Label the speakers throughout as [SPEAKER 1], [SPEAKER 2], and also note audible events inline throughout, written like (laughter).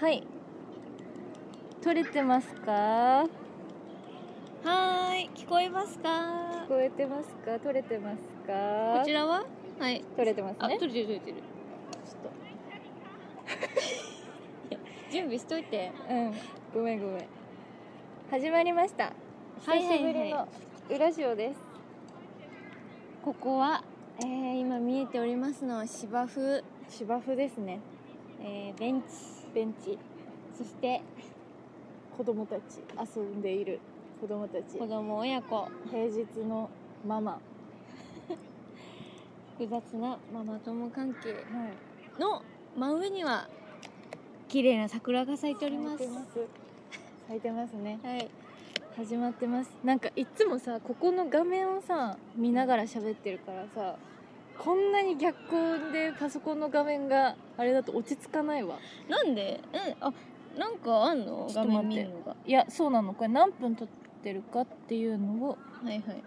[SPEAKER 1] はい取れてますか
[SPEAKER 2] はーい、聞こえますか
[SPEAKER 1] 聞。こえてますか取れてますか
[SPEAKER 2] こちらは。はい。
[SPEAKER 1] 取れてます
[SPEAKER 2] あ、
[SPEAKER 1] ね
[SPEAKER 2] 撮れてる、撮れてる。
[SPEAKER 1] ちょっ (laughs)
[SPEAKER 2] 準備しといて。
[SPEAKER 1] とうんごめんごめん始まりました
[SPEAKER 2] は
[SPEAKER 1] 久
[SPEAKER 2] いはいはい
[SPEAKER 1] しぶりの裏ジオです、
[SPEAKER 2] ここは、えー、今見えておりますのは芝生、
[SPEAKER 1] 芝生ですね
[SPEAKER 2] えー、ベンチ、
[SPEAKER 1] ベンチ
[SPEAKER 2] そして
[SPEAKER 1] 子供たち遊んでいる子供たち
[SPEAKER 2] 子供親子、
[SPEAKER 1] 平日のママ
[SPEAKER 2] 複雑なママ友関係
[SPEAKER 1] はい
[SPEAKER 2] の真上には綺麗な桜が咲いております。
[SPEAKER 1] 咲いてます咲いてますね
[SPEAKER 2] はい。
[SPEAKER 1] 始まってますなんかいつもさここの画面をさ見ながら喋ってるからさこんなに逆光でパソコンの画面があれだと落ち着かないわ
[SPEAKER 2] なんで？え、あ、なんかあんの？
[SPEAKER 1] ちょ
[SPEAKER 2] 画
[SPEAKER 1] っと待
[SPEAKER 2] 面
[SPEAKER 1] って
[SPEAKER 2] 見るのが。
[SPEAKER 1] いやそうなのこれ何分撮ってるかっていうのを
[SPEAKER 2] はいはい。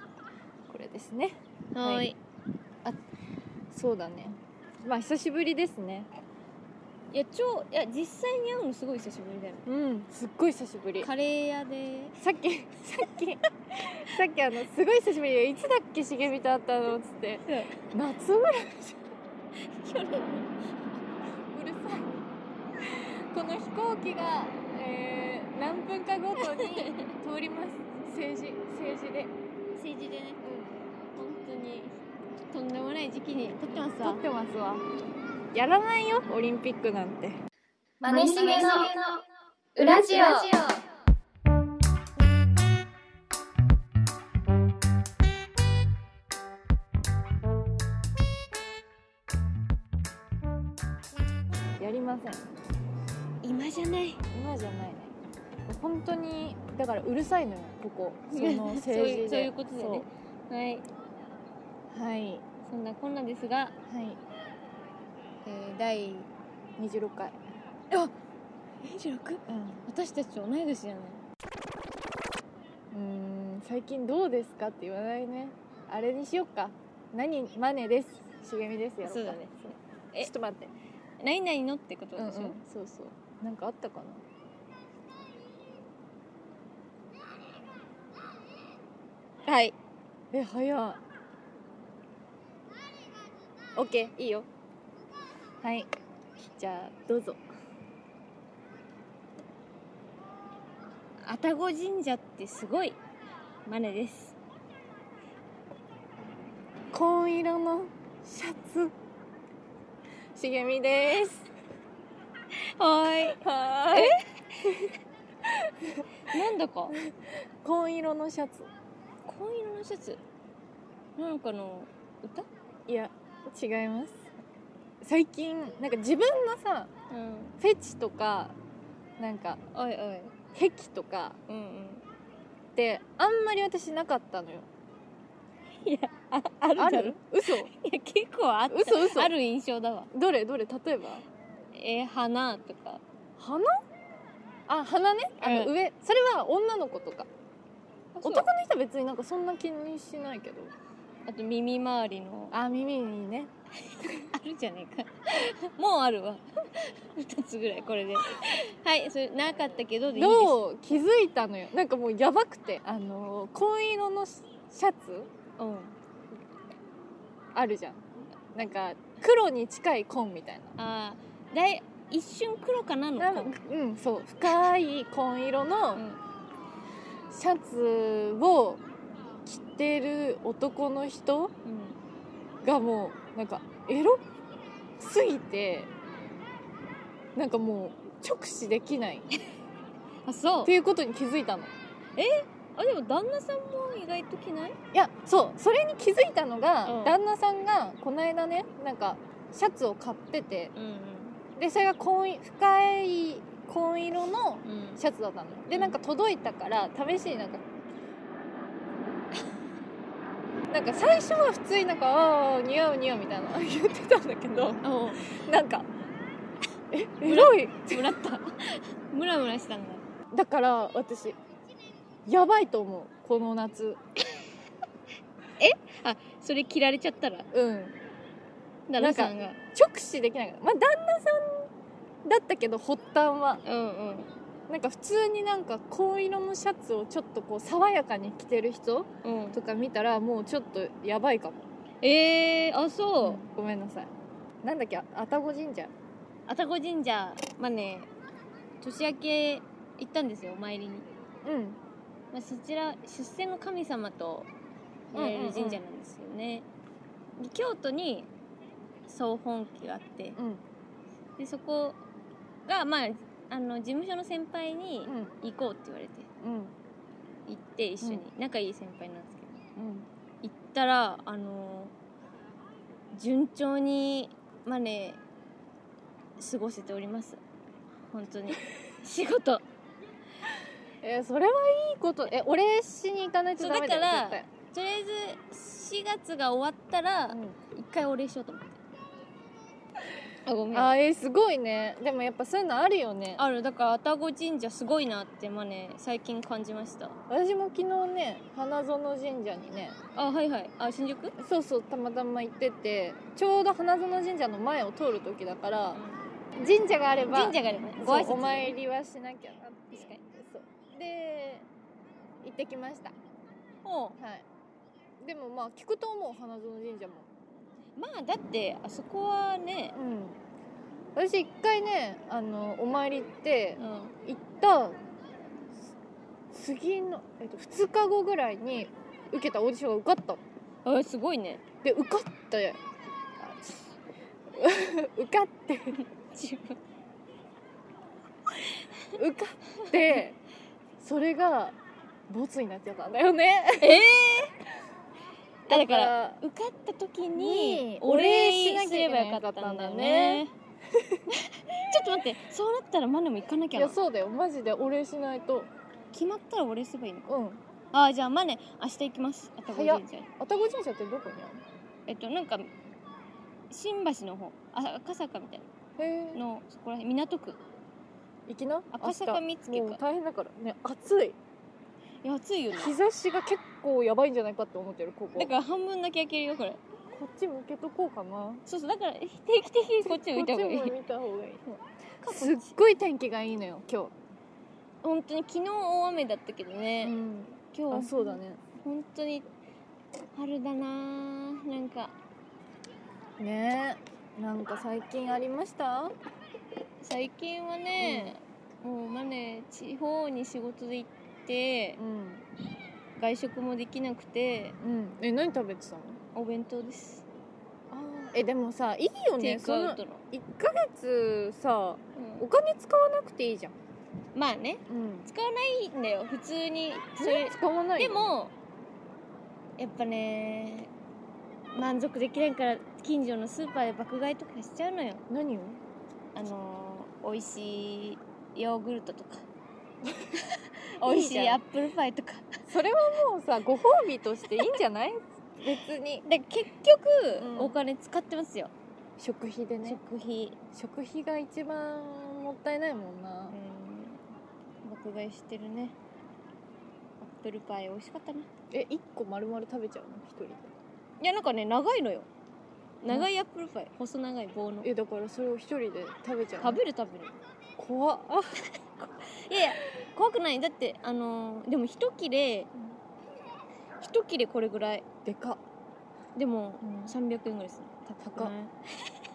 [SPEAKER 1] これですね
[SPEAKER 2] は
[SPEAKER 1] は
[SPEAKER 2] ー
[SPEAKER 1] い
[SPEAKER 2] い。
[SPEAKER 1] そうだねまあ久しぶりですね
[SPEAKER 2] いや超いや実際に会うのすごい久しぶりだよ。
[SPEAKER 1] うんすっごい久しぶり
[SPEAKER 2] カレー屋で
[SPEAKER 1] さっきさっきさっきあのすごい久しぶりよいつだっけ茂みと会ったのっつって夏ぐらいじゃんうるさいこの飛行機が、えー何分かごとに通ります政治政治で、
[SPEAKER 2] 政治でね
[SPEAKER 1] う
[SPEAKER 2] 本当にとんでもない時期に撮ってます
[SPEAKER 1] ん、撮ってますわやらないよオリンピックなんて
[SPEAKER 3] マネしげの
[SPEAKER 2] 裏
[SPEAKER 3] ジオ
[SPEAKER 1] やりません
[SPEAKER 2] 今じゃない
[SPEAKER 1] 今じゃないね本当にだからうるさいのよここその
[SPEAKER 2] そういう
[SPEAKER 1] 政治で
[SPEAKER 2] (laughs) そういうことだよねはい
[SPEAKER 1] そうはい
[SPEAKER 2] そんなこんなですが、
[SPEAKER 1] はい
[SPEAKER 2] えー、第
[SPEAKER 1] 26回、
[SPEAKER 2] 26?
[SPEAKER 1] うん
[SPEAKER 2] 私たちと同い年じゃないう
[SPEAKER 1] ーん最近どうですかって言わないねあれにしよっか何マネです茂みですやろうかね
[SPEAKER 2] え
[SPEAKER 1] ちょっと待って
[SPEAKER 2] 何々のってことでしょ、
[SPEAKER 1] そうそうなんかあったかな
[SPEAKER 2] はい
[SPEAKER 1] え早いオッケーいいよはいじゃあどうぞ
[SPEAKER 2] 愛宕神社ってすごいマネです
[SPEAKER 1] 紺色のシャツ茂みです
[SPEAKER 2] はーい
[SPEAKER 1] はーい
[SPEAKER 2] なんだか
[SPEAKER 1] 紺色のシャツ
[SPEAKER 2] 紺色のシャツなんかの歌
[SPEAKER 1] いや違います最近なんか自分のさ
[SPEAKER 2] うん
[SPEAKER 1] フェチとかなんか
[SPEAKER 2] おいおい
[SPEAKER 1] 癖とか
[SPEAKER 2] うんうん
[SPEAKER 1] ってあんまり私なかったのよ
[SPEAKER 2] いや、ああるだろ
[SPEAKER 1] 嘘
[SPEAKER 2] いや、結構あった。
[SPEAKER 1] 嘘嘘
[SPEAKER 2] ある印象だわ。
[SPEAKER 1] どれどれ例えば
[SPEAKER 2] えー、花とか。
[SPEAKER 1] 鼻あ鼻ねあの
[SPEAKER 2] うん
[SPEAKER 1] 上、それは女の子とか男の人は別になんかそんな気にしないけど
[SPEAKER 2] あと耳周りの。あ
[SPEAKER 1] あ耳にね
[SPEAKER 2] るじゃねえか。もうあるわ。二つぐらい、これで。はい、それ、なかったけどでいいです。
[SPEAKER 1] どう気づいたのよなんかもうやばくてあの紺色のシャツ
[SPEAKER 2] うん。
[SPEAKER 1] あるじゃんなんか黒に近い紺みたいな
[SPEAKER 2] あーだい、一瞬黒かなの
[SPEAKER 1] な
[SPEAKER 2] か。
[SPEAKER 1] のうんそう深い紺色の
[SPEAKER 2] うん
[SPEAKER 1] シャツを着てる男の人
[SPEAKER 2] うん
[SPEAKER 1] がもうなんかエロすぎてなんかもう直視できないっ
[SPEAKER 2] あ、そう
[SPEAKER 1] て。いうことに気づいたの
[SPEAKER 2] あ、でも旦那さんも意外と着ない
[SPEAKER 1] いやそうそれに気づいたのが、
[SPEAKER 2] うん
[SPEAKER 1] 旦那さんがこの間ねなんかシャツを買ってて
[SPEAKER 2] うん
[SPEAKER 1] でそれが紺い深い紺色の
[SPEAKER 2] うん。うん。
[SPEAKER 1] シャツだったのでなんか届いたから試しになんか (laughs) なんか最初は普通になんか「ああ似合う似合う」みたいな言ってたんだけど
[SPEAKER 2] おう
[SPEAKER 1] なんか「えエロい
[SPEAKER 2] ムラった。 (laughs) ムラムラしたんだ。」
[SPEAKER 1] だから私やばいと思うこの夏
[SPEAKER 2] それ着られちゃったら、
[SPEAKER 1] うん
[SPEAKER 2] 旦那さんが。
[SPEAKER 1] 直視できないからまあ旦那さだったけど発端は
[SPEAKER 2] うんうん
[SPEAKER 1] なんか普通になんか紺色のシャツをちょっとこう爽やかに着てる人
[SPEAKER 2] うん
[SPEAKER 1] とか見たらもうちょっとやばいかも
[SPEAKER 2] えー、あそう、
[SPEAKER 1] ごめんなさいなんだっけあ愛宕神社
[SPEAKER 2] 愛宕神社まあね年明け行ったんですよお参り
[SPEAKER 1] う
[SPEAKER 2] に、
[SPEAKER 1] ん
[SPEAKER 2] まあ、そちら出世の神様と言われる神社なんですよね、で京都に総本家があって
[SPEAKER 1] うん
[SPEAKER 2] でそこがまああの事務所の先輩に
[SPEAKER 1] うん
[SPEAKER 2] 行こうって言われて
[SPEAKER 1] うん
[SPEAKER 2] 行って一緒に、仲いい先輩なんですけど
[SPEAKER 1] うん
[SPEAKER 2] 行ったらあの順調にまあね過ごせております本当 (laughs) に仕事
[SPEAKER 1] えーそれはいいことえお礼しに行かないとダメだよ
[SPEAKER 2] そうだから
[SPEAKER 1] 絶対
[SPEAKER 2] とりあえず4月が終わったら一回お礼しようと思ってあご
[SPEAKER 1] う
[SPEAKER 2] め
[SPEAKER 1] ん
[SPEAKER 2] ん
[SPEAKER 1] あ
[SPEAKER 2] あ
[SPEAKER 1] ーえーすごいねでもやっぱそういうのあるよね
[SPEAKER 2] るだから愛宕神社すごいなってまあね最近感じました
[SPEAKER 1] 私も昨日ね花園神社にね
[SPEAKER 2] あはいはいあ新宿、うん、
[SPEAKER 1] そうそうたまたま行っててちょうど花園神社の前を通る時だから神社があれば
[SPEAKER 2] 神社があればねご
[SPEAKER 1] ご
[SPEAKER 2] 挨
[SPEAKER 1] 挨
[SPEAKER 2] 拶
[SPEAKER 1] 拶お参りはしなきゃなって
[SPEAKER 2] 確かに
[SPEAKER 1] そうで行ってきました
[SPEAKER 2] おう
[SPEAKER 1] はいでもまあ聞くと思う花園神社も
[SPEAKER 2] まあだってあそこはね
[SPEAKER 1] うん私一回ねあのお参り行って
[SPEAKER 2] うん
[SPEAKER 1] 行ったす次の、えっと、2日後ぐらいに受けたオーディションが受かったの
[SPEAKER 2] あすごいね
[SPEAKER 1] で受かって (laughs) あ受かって
[SPEAKER 2] 自分
[SPEAKER 1] 受かってそれがボツになっちゃったんだよね
[SPEAKER 2] ええー、だ
[SPEAKER 1] だ
[SPEAKER 2] か
[SPEAKER 1] からら
[SPEAKER 2] 受かった時に
[SPEAKER 1] に
[SPEAKER 2] お礼
[SPEAKER 1] お礼しな
[SPEAKER 2] す
[SPEAKER 1] きゃ
[SPEAKER 2] れ
[SPEAKER 1] いけ
[SPEAKER 2] ばよ
[SPEAKER 1] な
[SPEAKER 2] か
[SPEAKER 1] か
[SPEAKER 2] っ
[SPEAKER 1] ったた
[SPEAKER 2] ん
[SPEAKER 1] ん
[SPEAKER 2] だ
[SPEAKER 1] だ
[SPEAKER 2] よ
[SPEAKER 1] よ
[SPEAKER 2] ね
[SPEAKER 1] ね
[SPEAKER 2] ちょっと待ってそうなったらマネも行かなき
[SPEAKER 1] い
[SPEAKER 2] ゃ
[SPEAKER 1] や
[SPEAKER 2] な
[SPEAKER 1] そうだよマジでお礼しないと
[SPEAKER 2] 決まったらお礼すればいいのか
[SPEAKER 1] うん
[SPEAKER 2] ああじゃあマネ明日行きます愛宕
[SPEAKER 1] 早っ
[SPEAKER 2] 神社に
[SPEAKER 1] 愛宕神社ってどこに
[SPEAKER 2] えっとなんか新橋の方あ赤坂みたい
[SPEAKER 1] あるへ
[SPEAKER 2] な
[SPEAKER 1] え
[SPEAKER 2] のそこら辺港区
[SPEAKER 1] 行きな
[SPEAKER 2] 赤坂
[SPEAKER 1] 明
[SPEAKER 2] 見
[SPEAKER 1] 日
[SPEAKER 2] 附
[SPEAKER 1] もう
[SPEAKER 2] か
[SPEAKER 1] 大変だからね暑い
[SPEAKER 2] いや暑いよね
[SPEAKER 1] 日差しが結構やばいんじゃないかって思ってるここ
[SPEAKER 2] だから半分だけ焼けるよこれ
[SPEAKER 1] こっち向けとこうかな
[SPEAKER 2] そうそうだから定期的
[SPEAKER 1] (laughs)
[SPEAKER 2] にこっちを
[SPEAKER 1] こ
[SPEAKER 2] 見
[SPEAKER 1] ったち
[SPEAKER 2] 方がいい
[SPEAKER 1] も見た方がいい
[SPEAKER 2] こっち
[SPEAKER 1] すっごい天気がいいのよ今
[SPEAKER 2] 本当に昨日大雨だったけど
[SPEAKER 1] 日、
[SPEAKER 2] ね、
[SPEAKER 1] ん、
[SPEAKER 2] 今日は
[SPEAKER 1] あそうだね
[SPEAKER 2] 本当に春だなぁなんか
[SPEAKER 1] ねえなんか最近ありました
[SPEAKER 2] 最近はね、もうまあね地方に仕事で行って
[SPEAKER 1] うん
[SPEAKER 2] 外食もできなくて
[SPEAKER 1] うんえ何食べてたの
[SPEAKER 2] お弁当です、
[SPEAKER 1] えでもさいいよ
[SPEAKER 2] テ
[SPEAKER 1] ね
[SPEAKER 2] イク
[SPEAKER 1] そ
[SPEAKER 2] ア
[SPEAKER 1] の
[SPEAKER 2] ウトの、
[SPEAKER 1] 1ヶ月さ
[SPEAKER 2] う
[SPEAKER 1] お金使わなくていいじゃん
[SPEAKER 2] んまあね
[SPEAKER 1] うん
[SPEAKER 2] 使わないんだよ普通にそ
[SPEAKER 1] それ
[SPEAKER 2] れ
[SPEAKER 1] 使わない
[SPEAKER 2] で
[SPEAKER 1] よ
[SPEAKER 2] もやっぱね満足できないから近所のスーパーで爆買いとかしちゃうのよ
[SPEAKER 1] 何を
[SPEAKER 2] あのー美味しいヨーグルトとか美
[SPEAKER 1] い
[SPEAKER 2] 味
[SPEAKER 1] い
[SPEAKER 2] し
[SPEAKER 1] じゃん
[SPEAKER 2] いアップルパイとか
[SPEAKER 1] それはもうさご褒美としていいんじゃない別に
[SPEAKER 2] で結局、
[SPEAKER 1] うん
[SPEAKER 2] お金使ってますよ、
[SPEAKER 1] 食費でね
[SPEAKER 2] 食費、
[SPEAKER 1] 食費が一番もったいないもんな
[SPEAKER 2] うん、爆買いしてるねアップルパイ美味しかったね
[SPEAKER 1] え一1個丸々食べちゃうの一人で
[SPEAKER 2] いやなんかね長いのよ
[SPEAKER 1] ん
[SPEAKER 2] 長いアップルパイ細長い棒の
[SPEAKER 1] えだからそれを一人で食べちゃうの
[SPEAKER 2] 食べる食べる
[SPEAKER 1] 怖っあ
[SPEAKER 2] いやいや怖くないだってあのーでも一切れ一切れこれぐらい
[SPEAKER 1] でかっ
[SPEAKER 2] でも、
[SPEAKER 1] うん
[SPEAKER 2] 300円ぐらいする
[SPEAKER 1] 高っ
[SPEAKER 2] (laughs)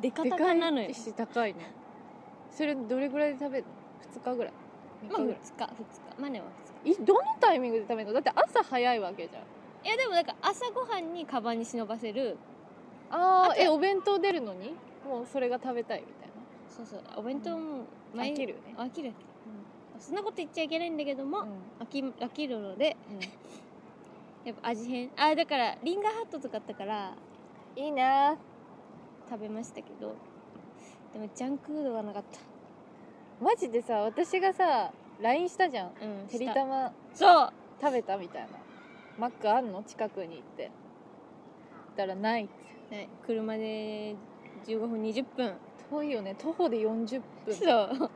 [SPEAKER 2] でか
[SPEAKER 1] で
[SPEAKER 2] たか
[SPEAKER 1] か
[SPEAKER 2] なのよ
[SPEAKER 1] いし高いねそれどれぐらいで食べるの2日ぐらい三
[SPEAKER 2] まあ
[SPEAKER 1] 日ぐ
[SPEAKER 2] 2日
[SPEAKER 1] らい
[SPEAKER 2] 2日マネは2
[SPEAKER 1] いどのタイミングで食べるのだって朝早いわけじゃん
[SPEAKER 2] 日いやでもなんか朝ごはんにカバンに忍ばせる
[SPEAKER 1] あ
[SPEAKER 2] あ
[SPEAKER 1] あ
[SPEAKER 2] と
[SPEAKER 1] えお弁当出るのにもうそれが食べたいみたい
[SPEAKER 2] そうそうお弁当も
[SPEAKER 1] な飽きるよね、
[SPEAKER 2] 飽きる飽きるそんなこと言っちゃいけないんだけど
[SPEAKER 1] う
[SPEAKER 2] も、
[SPEAKER 1] ん
[SPEAKER 2] 飽き飽きるので
[SPEAKER 1] うん
[SPEAKER 2] (laughs) やっぱ味変あだからリンガーハットとかあったから
[SPEAKER 1] いいな
[SPEAKER 2] 食べましたけどでもジャンクフードはなかっ
[SPEAKER 1] マジでさ私がさ LINE したじゃん
[SPEAKER 2] たうん
[SPEAKER 1] 「てり
[SPEAKER 2] した
[SPEAKER 1] ま
[SPEAKER 2] そう
[SPEAKER 1] 食べた?」みたいな「マックあんの近くに」って言ったら「ない」って
[SPEAKER 2] ね車で15分20分
[SPEAKER 1] 遠いよね徒歩で40分とか
[SPEAKER 2] (laughs) そう
[SPEAKER 1] だったもんね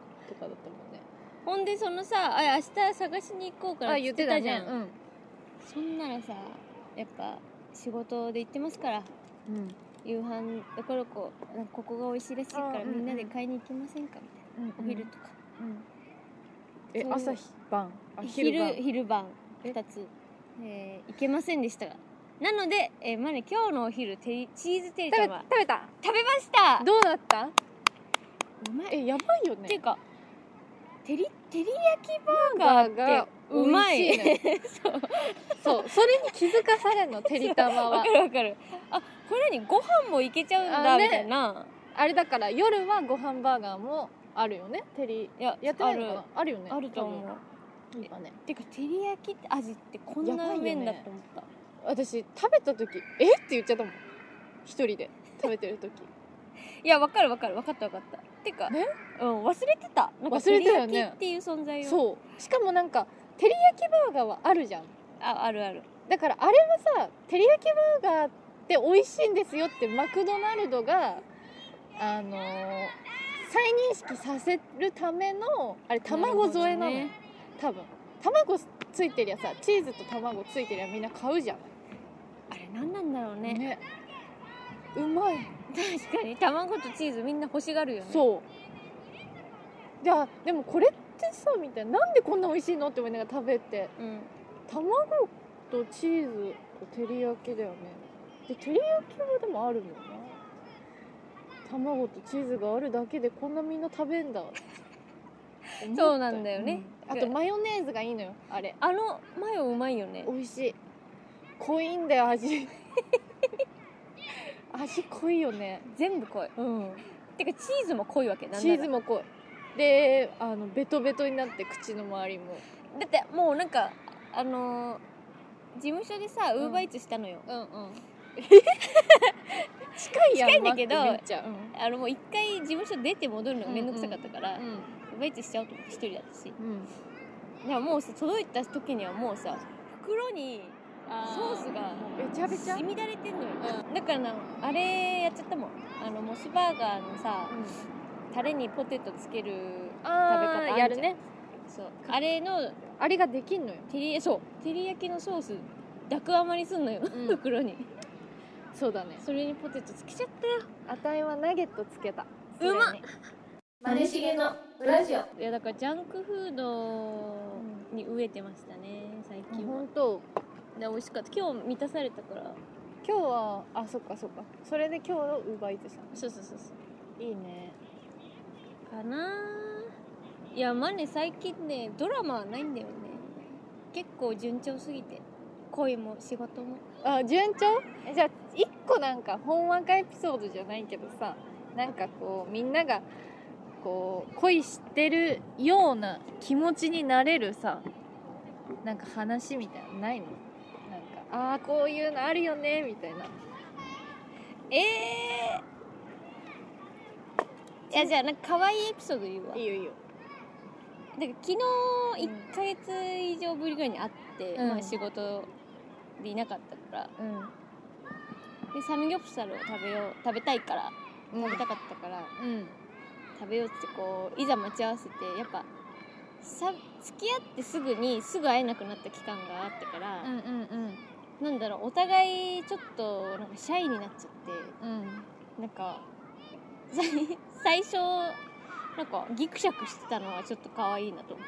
[SPEAKER 2] ほんでそのさあ明日探しに行こうから
[SPEAKER 1] あ言ってた
[SPEAKER 2] じ
[SPEAKER 1] じ
[SPEAKER 2] ゃ
[SPEAKER 1] ゃ
[SPEAKER 2] ん、
[SPEAKER 1] ん
[SPEAKER 2] そんなのさやっぱ仕事で行ってますから
[SPEAKER 1] うん、うん、
[SPEAKER 2] 夕飯どこどこなんかここが美味しいらしいから
[SPEAKER 1] あうんうん
[SPEAKER 2] みんなで買いに行きませんかみたいな、
[SPEAKER 1] うん
[SPEAKER 2] お昼とか、
[SPEAKER 1] うんえ
[SPEAKER 2] そう
[SPEAKER 1] 朝日晩あ昼
[SPEAKER 2] 昼
[SPEAKER 1] 晩
[SPEAKER 2] 昼晩
[SPEAKER 1] え
[SPEAKER 2] 2つ、えー行けませんでしたがなので、えー、マネ今日のお昼テイチーズテリ
[SPEAKER 1] 食べ
[SPEAKER 2] タマ
[SPEAKER 1] 食べた
[SPEAKER 2] 食べました
[SPEAKER 1] どうだった
[SPEAKER 2] うまい
[SPEAKER 1] えやばいよね
[SPEAKER 2] っていうかてりてり
[SPEAKER 1] バ
[SPEAKER 2] バ
[SPEAKER 1] ーガ
[SPEAKER 2] ーガ
[SPEAKER 1] ー
[SPEAKER 2] ー
[SPEAKER 1] が
[SPEAKER 2] が
[SPEAKER 1] う
[SPEAKER 2] う
[SPEAKER 1] ま
[SPEAKER 2] ま
[SPEAKER 1] い
[SPEAKER 2] い
[SPEAKER 1] そうそうそれに気づかされんのてりたま
[SPEAKER 2] (laughs) わ
[SPEAKER 1] は
[SPEAKER 2] かるわかるあこれ何ご飯もいけちゃうんだ、
[SPEAKER 1] あね
[SPEAKER 2] みたいな
[SPEAKER 1] あれだから夜はご飯バーガーもあるよねてり
[SPEAKER 2] いや
[SPEAKER 1] やってないのかなあるよね
[SPEAKER 2] あるあると思う
[SPEAKER 1] 多分今ね
[SPEAKER 2] てか照り焼きって味ってこん
[SPEAKER 1] やばい
[SPEAKER 2] な
[SPEAKER 1] よ
[SPEAKER 2] う
[SPEAKER 1] ね
[SPEAKER 2] めえんだと思った、
[SPEAKER 1] 私食べた時えって言っちゃったもん一人で食べてる時
[SPEAKER 2] いやわかるわかるわかったわかったてか、
[SPEAKER 1] ね
[SPEAKER 2] うん忘れてたなんか
[SPEAKER 1] 忘れてたよね
[SPEAKER 2] 照り焼き (laughs) っていう存在を
[SPEAKER 1] そうしかもなんかてり焼きバーガーはあるじゃん
[SPEAKER 2] ああるある
[SPEAKER 1] だからあれはさてり焼きバーガーって美味しいんですよってマクドナルドがあのー再認識させるためのあれ卵添えなのよ
[SPEAKER 2] るほどね
[SPEAKER 1] 多分卵ついてりゃさチーズと卵ついてりゃみんな買うじゃん
[SPEAKER 2] あれ何なんだろうね
[SPEAKER 1] うまい、
[SPEAKER 2] 確かに卵とチーズみんな欲しがるよね
[SPEAKER 1] そうじゃあでもこれってさみたいななんでこんな美味しいのって思いながら食べて
[SPEAKER 2] う、ん、
[SPEAKER 1] 卵とチーズと照り焼きだよねで照り焼きはでもあるもんな卵とチーズがあるだけでこんなみんな食べんだ
[SPEAKER 2] そうなんだよね
[SPEAKER 1] うんあとマヨネーズがいいのよあれ
[SPEAKER 2] あのマヨうまいよね
[SPEAKER 1] 美味しい濃いんだよ味 (laughs) 味濃いよね
[SPEAKER 2] 全部濃い
[SPEAKER 1] うん
[SPEAKER 2] てかチーズも濃いわけなんなら
[SPEAKER 1] チーズも濃いであのベトベトになって口の周りも
[SPEAKER 2] だってもうなんかあのー事務所でさウ
[SPEAKER 1] うん
[SPEAKER 2] ーバーイーツしたのよ、
[SPEAKER 1] うんうん (laughs) 近いやん
[SPEAKER 2] 近いんだけど
[SPEAKER 1] マックめっちゃうん
[SPEAKER 2] あのもう一回事務所出て戻るのが面倒くさかったから、
[SPEAKER 1] うん
[SPEAKER 2] ウーバーイーツしちゃおうと思って一人だったし
[SPEAKER 1] うん、
[SPEAKER 2] でももうさ届いた時にはもうさ袋にソースが
[SPEAKER 1] べちゃべちゃ、
[SPEAKER 2] 染みだれてんのよ、だからなあれやっちゃったもんあのモスバーガーのさタレにポテトつける
[SPEAKER 1] あー
[SPEAKER 2] 食べ方あんじゃん
[SPEAKER 1] やるね
[SPEAKER 2] そうあれの
[SPEAKER 1] あれができんのよ
[SPEAKER 2] 照りそう照り焼きのソースだく余りすんのよ、 (laughs)
[SPEAKER 1] うん
[SPEAKER 2] 袋に
[SPEAKER 1] そうだね
[SPEAKER 2] それにポテトつけちゃったよ
[SPEAKER 1] あたいはナゲットつけた
[SPEAKER 2] うまっ
[SPEAKER 1] マネしげのラジオ
[SPEAKER 2] いやだからジャンクフードに飢えてましたね最近は、
[SPEAKER 1] 本当
[SPEAKER 2] で美味しかった今日満たされたから
[SPEAKER 1] 今日はあそっかそっかそれで今日ウーバーイーツしたの
[SPEAKER 2] そうそうそうそう
[SPEAKER 1] いいね
[SPEAKER 2] かなーいやマネ最近ねドラマはないんだよね結構順調すぎて恋も仕事も
[SPEAKER 1] あ順調えじゃあ一個なんかほんわかエピソードじゃないけどさなんかこうみんながこう恋してるような気持ちになれるさなんか話みたいなのないのなんかああこういうのあるよねみたいな
[SPEAKER 2] ええー、いやじゃあなんか可愛いエピソード言うわ
[SPEAKER 1] いいよいいよ
[SPEAKER 2] なんか昨日1ヶ月以上ぶりぐらいに会って、
[SPEAKER 1] うん
[SPEAKER 2] まあ、仕事でいなかったから
[SPEAKER 1] うん
[SPEAKER 2] でサムギョプサルを食べよう食べたいから
[SPEAKER 1] うん
[SPEAKER 2] 食べたかったから、
[SPEAKER 1] うん
[SPEAKER 2] 食べようってこういざ待ち合わせてやっぱさ付き合ってすぐにすぐ会えなくなった期間があったから、
[SPEAKER 1] うんうん
[SPEAKER 2] なんだろうお互いちょっとなんかシャイになっちゃっ
[SPEAKER 1] うん
[SPEAKER 2] てなんか (laughs) さい最初なんかギクシャクしてたのはちょっと可愛いなと思っ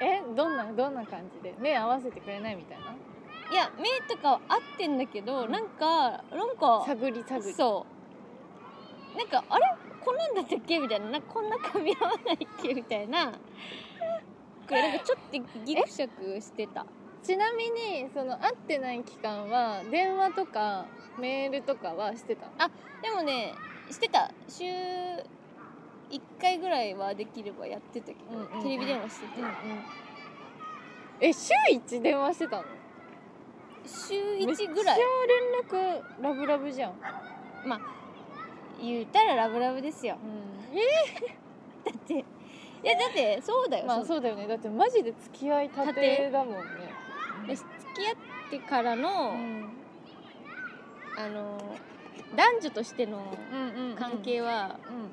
[SPEAKER 1] えどんなどんな感じで目合わせてくれないみたいな
[SPEAKER 2] たいや目とかは合ってんだけど、なんかなんか
[SPEAKER 1] 探り探り
[SPEAKER 2] そうなんかあれこんなんだったっけみたいななんかこんな噛み合わないっけみたいなこれなんかちょっとギクシャクしてた
[SPEAKER 1] ちなみにその会ってない期間は電話とかメールとかはしてたの
[SPEAKER 2] でもねしてた週1回ぐらいはできればやってたけど、
[SPEAKER 1] うんうんうん
[SPEAKER 2] テレビ電話してて、
[SPEAKER 1] え週一電話してたの
[SPEAKER 2] 週1ぐらい
[SPEAKER 1] めっちゃ連絡ラブラブじゃん、うん、
[SPEAKER 2] 言ったらラブラブですよ
[SPEAKER 1] え
[SPEAKER 2] だっていやだってそうだよ、
[SPEAKER 1] まあ
[SPEAKER 2] そ
[SPEAKER 1] そうだよねだってマジで付き合いたてだもんね
[SPEAKER 2] うで付き合ってからの、
[SPEAKER 1] ん
[SPEAKER 2] あの男女としての
[SPEAKER 1] うんうん
[SPEAKER 2] 関係は、
[SPEAKER 1] うん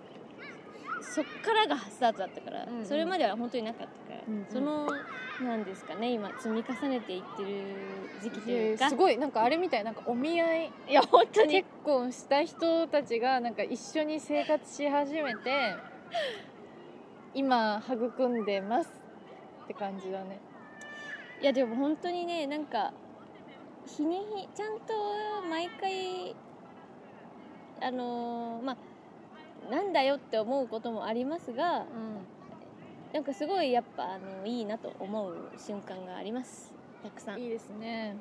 [SPEAKER 2] そっからがスタートだったから、
[SPEAKER 1] うんうん
[SPEAKER 2] それまでは本当になかったから、
[SPEAKER 1] うんうん
[SPEAKER 2] そのなんですかね今積み重ねていってる時期とい
[SPEAKER 1] え
[SPEAKER 2] うか
[SPEAKER 1] ーすごいなんかあれみたいなんかお見合い
[SPEAKER 2] いや本当に
[SPEAKER 1] 結婚した人たちがなんか一緒に生活し始めて今育んでますって感じだね
[SPEAKER 2] いやでも本当にねなんか日に日ちゃんと毎回あのーまあなんだよって思うこともありますがなんかすごいやっぱあのいいなと思う瞬間がありますたくさん
[SPEAKER 1] いいですね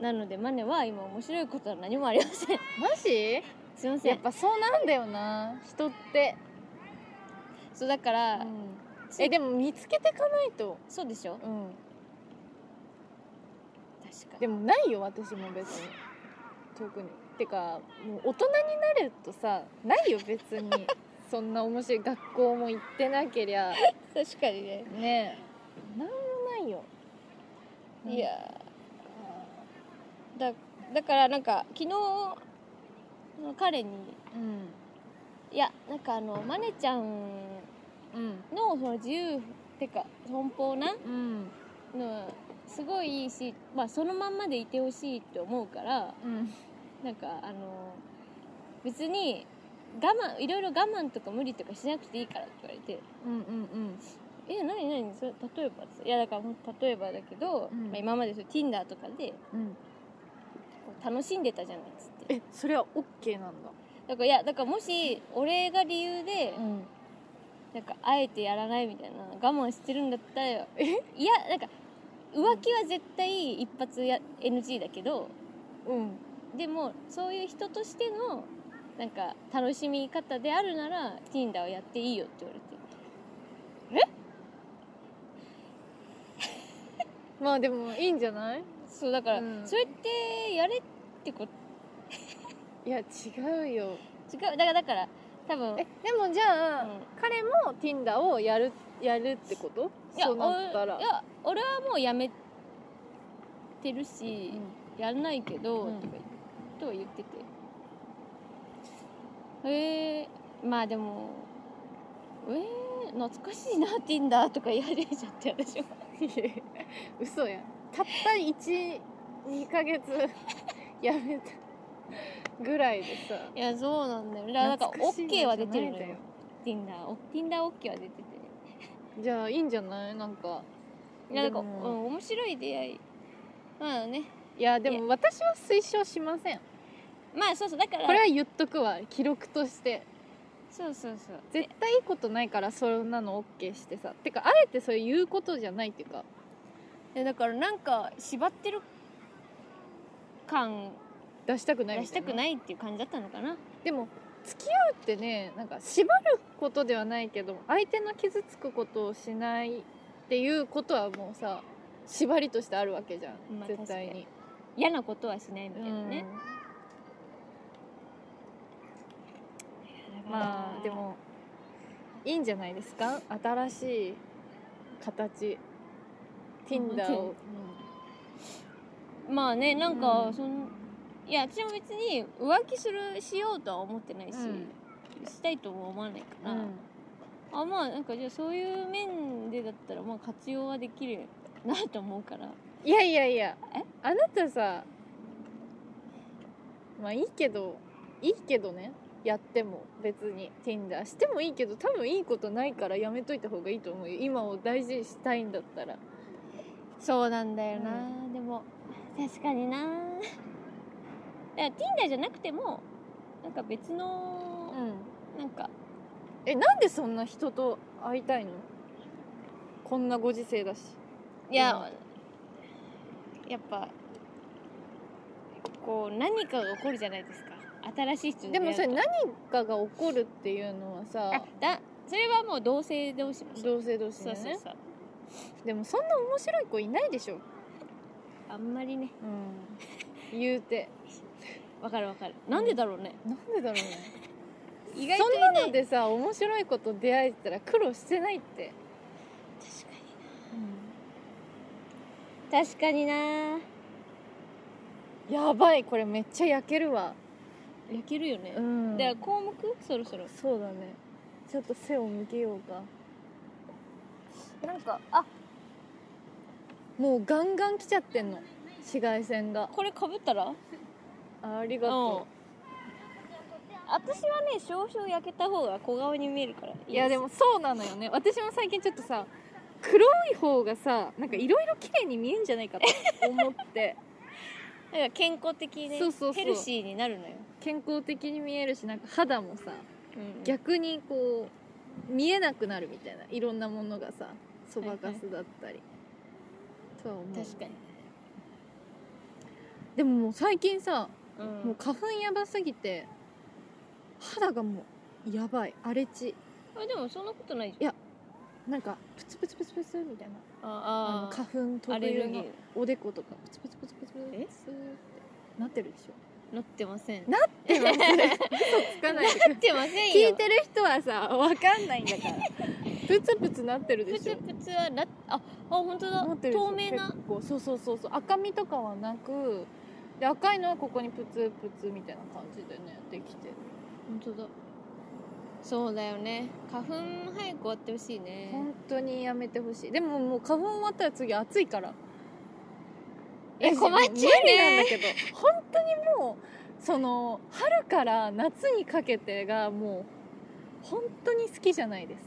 [SPEAKER 2] なのでマネは今面白いことは何もありません
[SPEAKER 1] マジ
[SPEAKER 2] すいませ
[SPEAKER 1] やっ
[SPEAKER 2] ん
[SPEAKER 1] ぱそうなんだよな人って、
[SPEAKER 2] そうだから、つ
[SPEAKER 1] えでも見つけてかないと
[SPEAKER 2] そうでしょ
[SPEAKER 1] うん
[SPEAKER 2] 確か
[SPEAKER 1] でもないよ私も別に特にてかもう大人になるとさないよ別
[SPEAKER 2] (laughs)
[SPEAKER 1] にそんな面白い学校も行ってなけりゃ
[SPEAKER 2] 確かにね
[SPEAKER 1] ねえなんもないよ
[SPEAKER 2] いやーだだからなんか昨日彼に
[SPEAKER 1] うん
[SPEAKER 2] いやなんかあのマネちゃん
[SPEAKER 1] うん
[SPEAKER 2] のその自由てか奔放な
[SPEAKER 1] うん
[SPEAKER 2] のはすごいいいし、まあ、そのまんまでいてほしいと思うから
[SPEAKER 1] うん
[SPEAKER 2] なんかあの別に我慢いろいろ我慢とか無理とかしなくていいからって言われて
[SPEAKER 1] うんうん
[SPEAKER 2] 「え何何それ例えば?」いやだからほんと例えばだけど、
[SPEAKER 1] うん
[SPEAKER 2] まあ、今までそう Tinder とかで
[SPEAKER 1] うん
[SPEAKER 2] こう楽しんでたじゃないっつって
[SPEAKER 1] えそれは OK なんだ
[SPEAKER 2] だからいやだからもし俺が理由で
[SPEAKER 1] ん
[SPEAKER 2] なんかあえてやらないみたいな我慢してるんだったらよいやなんか浮気は絶対一発や NG だけど
[SPEAKER 1] うん
[SPEAKER 2] でもそういう人としてのなんか楽しみ方であるなら Tinder をやっていいよって言われてえ
[SPEAKER 1] まあでもいいんじゃない
[SPEAKER 2] そうだから、
[SPEAKER 1] うん
[SPEAKER 2] それってやれってこと
[SPEAKER 1] いや違うよ
[SPEAKER 2] 違うだからだから多分
[SPEAKER 1] えでもじゃあ、
[SPEAKER 2] うん
[SPEAKER 1] 彼も Tinder をやるやるってこと
[SPEAKER 2] いや
[SPEAKER 1] そうなったら
[SPEAKER 2] おいや俺はもうやめてるし、やんないけど、
[SPEAKER 1] うん
[SPEAKER 2] とか言とは言っててえー、まあでもえー、懐かしいな Tinder とか言い始めちゃって私も
[SPEAKER 1] 嘘やんたった12ヶ月 (laughs) やめたぐらいでさ
[SPEAKER 2] いやそうなんだよだからなんか
[SPEAKER 1] 懐しい
[SPEAKER 2] OK は出てる
[SPEAKER 1] じ
[SPEAKER 2] の
[SPEAKER 1] ゃないんだ
[SPEAKER 2] よ Tinder お TinderOK は出てて
[SPEAKER 1] じゃあいいんじゃないなんか
[SPEAKER 2] いやなんか、う
[SPEAKER 1] で
[SPEAKER 2] ん、
[SPEAKER 1] も
[SPEAKER 2] 面白い出会いまあね
[SPEAKER 1] いやで
[SPEAKER 2] い
[SPEAKER 1] も私は推奨しません
[SPEAKER 2] まあそうそうだから
[SPEAKER 1] これは言っとくわ記録として
[SPEAKER 2] そうそうそう
[SPEAKER 1] 絶対いいことないからそんなの OK してさてかあえてそれ言うことじゃないっていうか
[SPEAKER 2] えだからなんか縛ってる感
[SPEAKER 1] 出したくない
[SPEAKER 2] 出
[SPEAKER 1] み
[SPEAKER 2] した
[SPEAKER 1] い
[SPEAKER 2] たくないっていう感じだったのかな
[SPEAKER 1] でも付き合うってねなんか縛ることではないけど相手の傷つくことをしないっていうことはもうさ縛りとしてあるわけじゃん、
[SPEAKER 2] まあ
[SPEAKER 1] 絶対に
[SPEAKER 2] 嫌なことはしないみたいなね、
[SPEAKER 1] うんまあでもいいんじゃないですか新しい形 Tinder を、
[SPEAKER 2] まあねなんか、
[SPEAKER 1] うん
[SPEAKER 2] そのいや私も別に浮気するしようとは思ってないし、したいとも思わないから、あまあなんかじゃあそういう面でだったらまあ活用はできるなと思うから
[SPEAKER 1] いやいやいやあなたさまあいいけどいいけどねやっても別に Tinder してもいいけど多分いいことないからやめといた方がいいと思うよ今を大事にしたいんだったら
[SPEAKER 2] そうなんだよな、
[SPEAKER 1] う
[SPEAKER 2] でも確かになだから Tinder じゃなくてもなんか別の、
[SPEAKER 1] ん
[SPEAKER 2] なんか
[SPEAKER 1] えなんでそんな人と会いたいのこんなご時世だし
[SPEAKER 2] いや、やっぱこう何かが起こるじゃないですか新しい人に
[SPEAKER 1] でもそれ
[SPEAKER 2] 出会う
[SPEAKER 1] 何かが起こるっていうのはさ
[SPEAKER 2] とあだそれはもう同性同士もそう
[SPEAKER 1] 同性同士
[SPEAKER 2] そ
[SPEAKER 1] で
[SPEAKER 2] う
[SPEAKER 1] ね
[SPEAKER 2] そうそう
[SPEAKER 1] でもそんな面白い子いないでしょ、
[SPEAKER 2] あんまりね
[SPEAKER 1] うん、言うて
[SPEAKER 2] わかるわかるなんでだろうね、
[SPEAKER 1] なんでだろうね
[SPEAKER 2] 意外と
[SPEAKER 1] そ
[SPEAKER 2] い
[SPEAKER 1] ん
[SPEAKER 2] ない
[SPEAKER 1] なのでさ面白い子と出会えてたら苦労してないって、
[SPEAKER 2] 確かにな確か
[SPEAKER 1] やばいこれめっちゃ焼けるわ
[SPEAKER 2] にな焼けるよね、
[SPEAKER 1] うん
[SPEAKER 2] だから項目そろそろ
[SPEAKER 1] そうだねちょっと背を向けようかなんかあもうガンガン来ちゃってんの紫外線が
[SPEAKER 2] これかぶったら
[SPEAKER 1] あり
[SPEAKER 2] う
[SPEAKER 1] が
[SPEAKER 2] ん
[SPEAKER 1] と
[SPEAKER 2] 私はね少々焼けた方が小顔に見えるから
[SPEAKER 1] ういやでもそうなのよね私も最近ちょっとさ黒い方がさなんかいろいろ綺麗に見えんじゃないかと思って
[SPEAKER 2] だから健康的ね
[SPEAKER 1] そうそうそう
[SPEAKER 2] ヘルシーになるのよ、
[SPEAKER 1] 健康的に見えるしなんか肌もさ
[SPEAKER 2] うん
[SPEAKER 1] 逆にこう見えなくなるみたいないろんなものがさそばかすだったり、とは思う
[SPEAKER 2] 確かに、
[SPEAKER 1] でももう最近さ
[SPEAKER 2] うん
[SPEAKER 1] もう花粉やばすぎて肌がもうやばい荒れ地
[SPEAKER 2] あでもそんなことないじ
[SPEAKER 1] なんかプツプツプツプツみたいな
[SPEAKER 2] ゃん
[SPEAKER 1] あ
[SPEAKER 2] あ
[SPEAKER 1] の
[SPEAKER 2] あー
[SPEAKER 1] 花粉
[SPEAKER 2] ア
[SPEAKER 1] 特
[SPEAKER 2] レ
[SPEAKER 1] 有
[SPEAKER 2] ルギ
[SPEAKER 1] の
[SPEAKER 2] ー
[SPEAKER 1] おでことかプツプツプツプツプツって
[SPEAKER 2] え
[SPEAKER 1] なってるでしょ
[SPEAKER 2] なってません
[SPEAKER 1] なってますつかないで
[SPEAKER 2] なってません
[SPEAKER 1] 聞
[SPEAKER 2] よ
[SPEAKER 1] いてる人はさわかんないんだから (laughs) プツプツなってるで
[SPEAKER 2] プ
[SPEAKER 1] しょ
[SPEAKER 2] ツプツはなああ本当だ
[SPEAKER 1] なってるでしょ
[SPEAKER 2] 透明な
[SPEAKER 1] 結構そうそうそうそう赤みとかはなくで赤いのはここにプツプツみたいな感じでねできてる
[SPEAKER 2] 本当だそうだよね花粉早く終わってほしいね
[SPEAKER 1] 本当にやめてほしいでももう花粉終わったら次暑いから
[SPEAKER 2] え困っちゃうね
[SPEAKER 1] 無理なんだけど本当にもうその春から夏にかけてがもう本当に好きじゃないです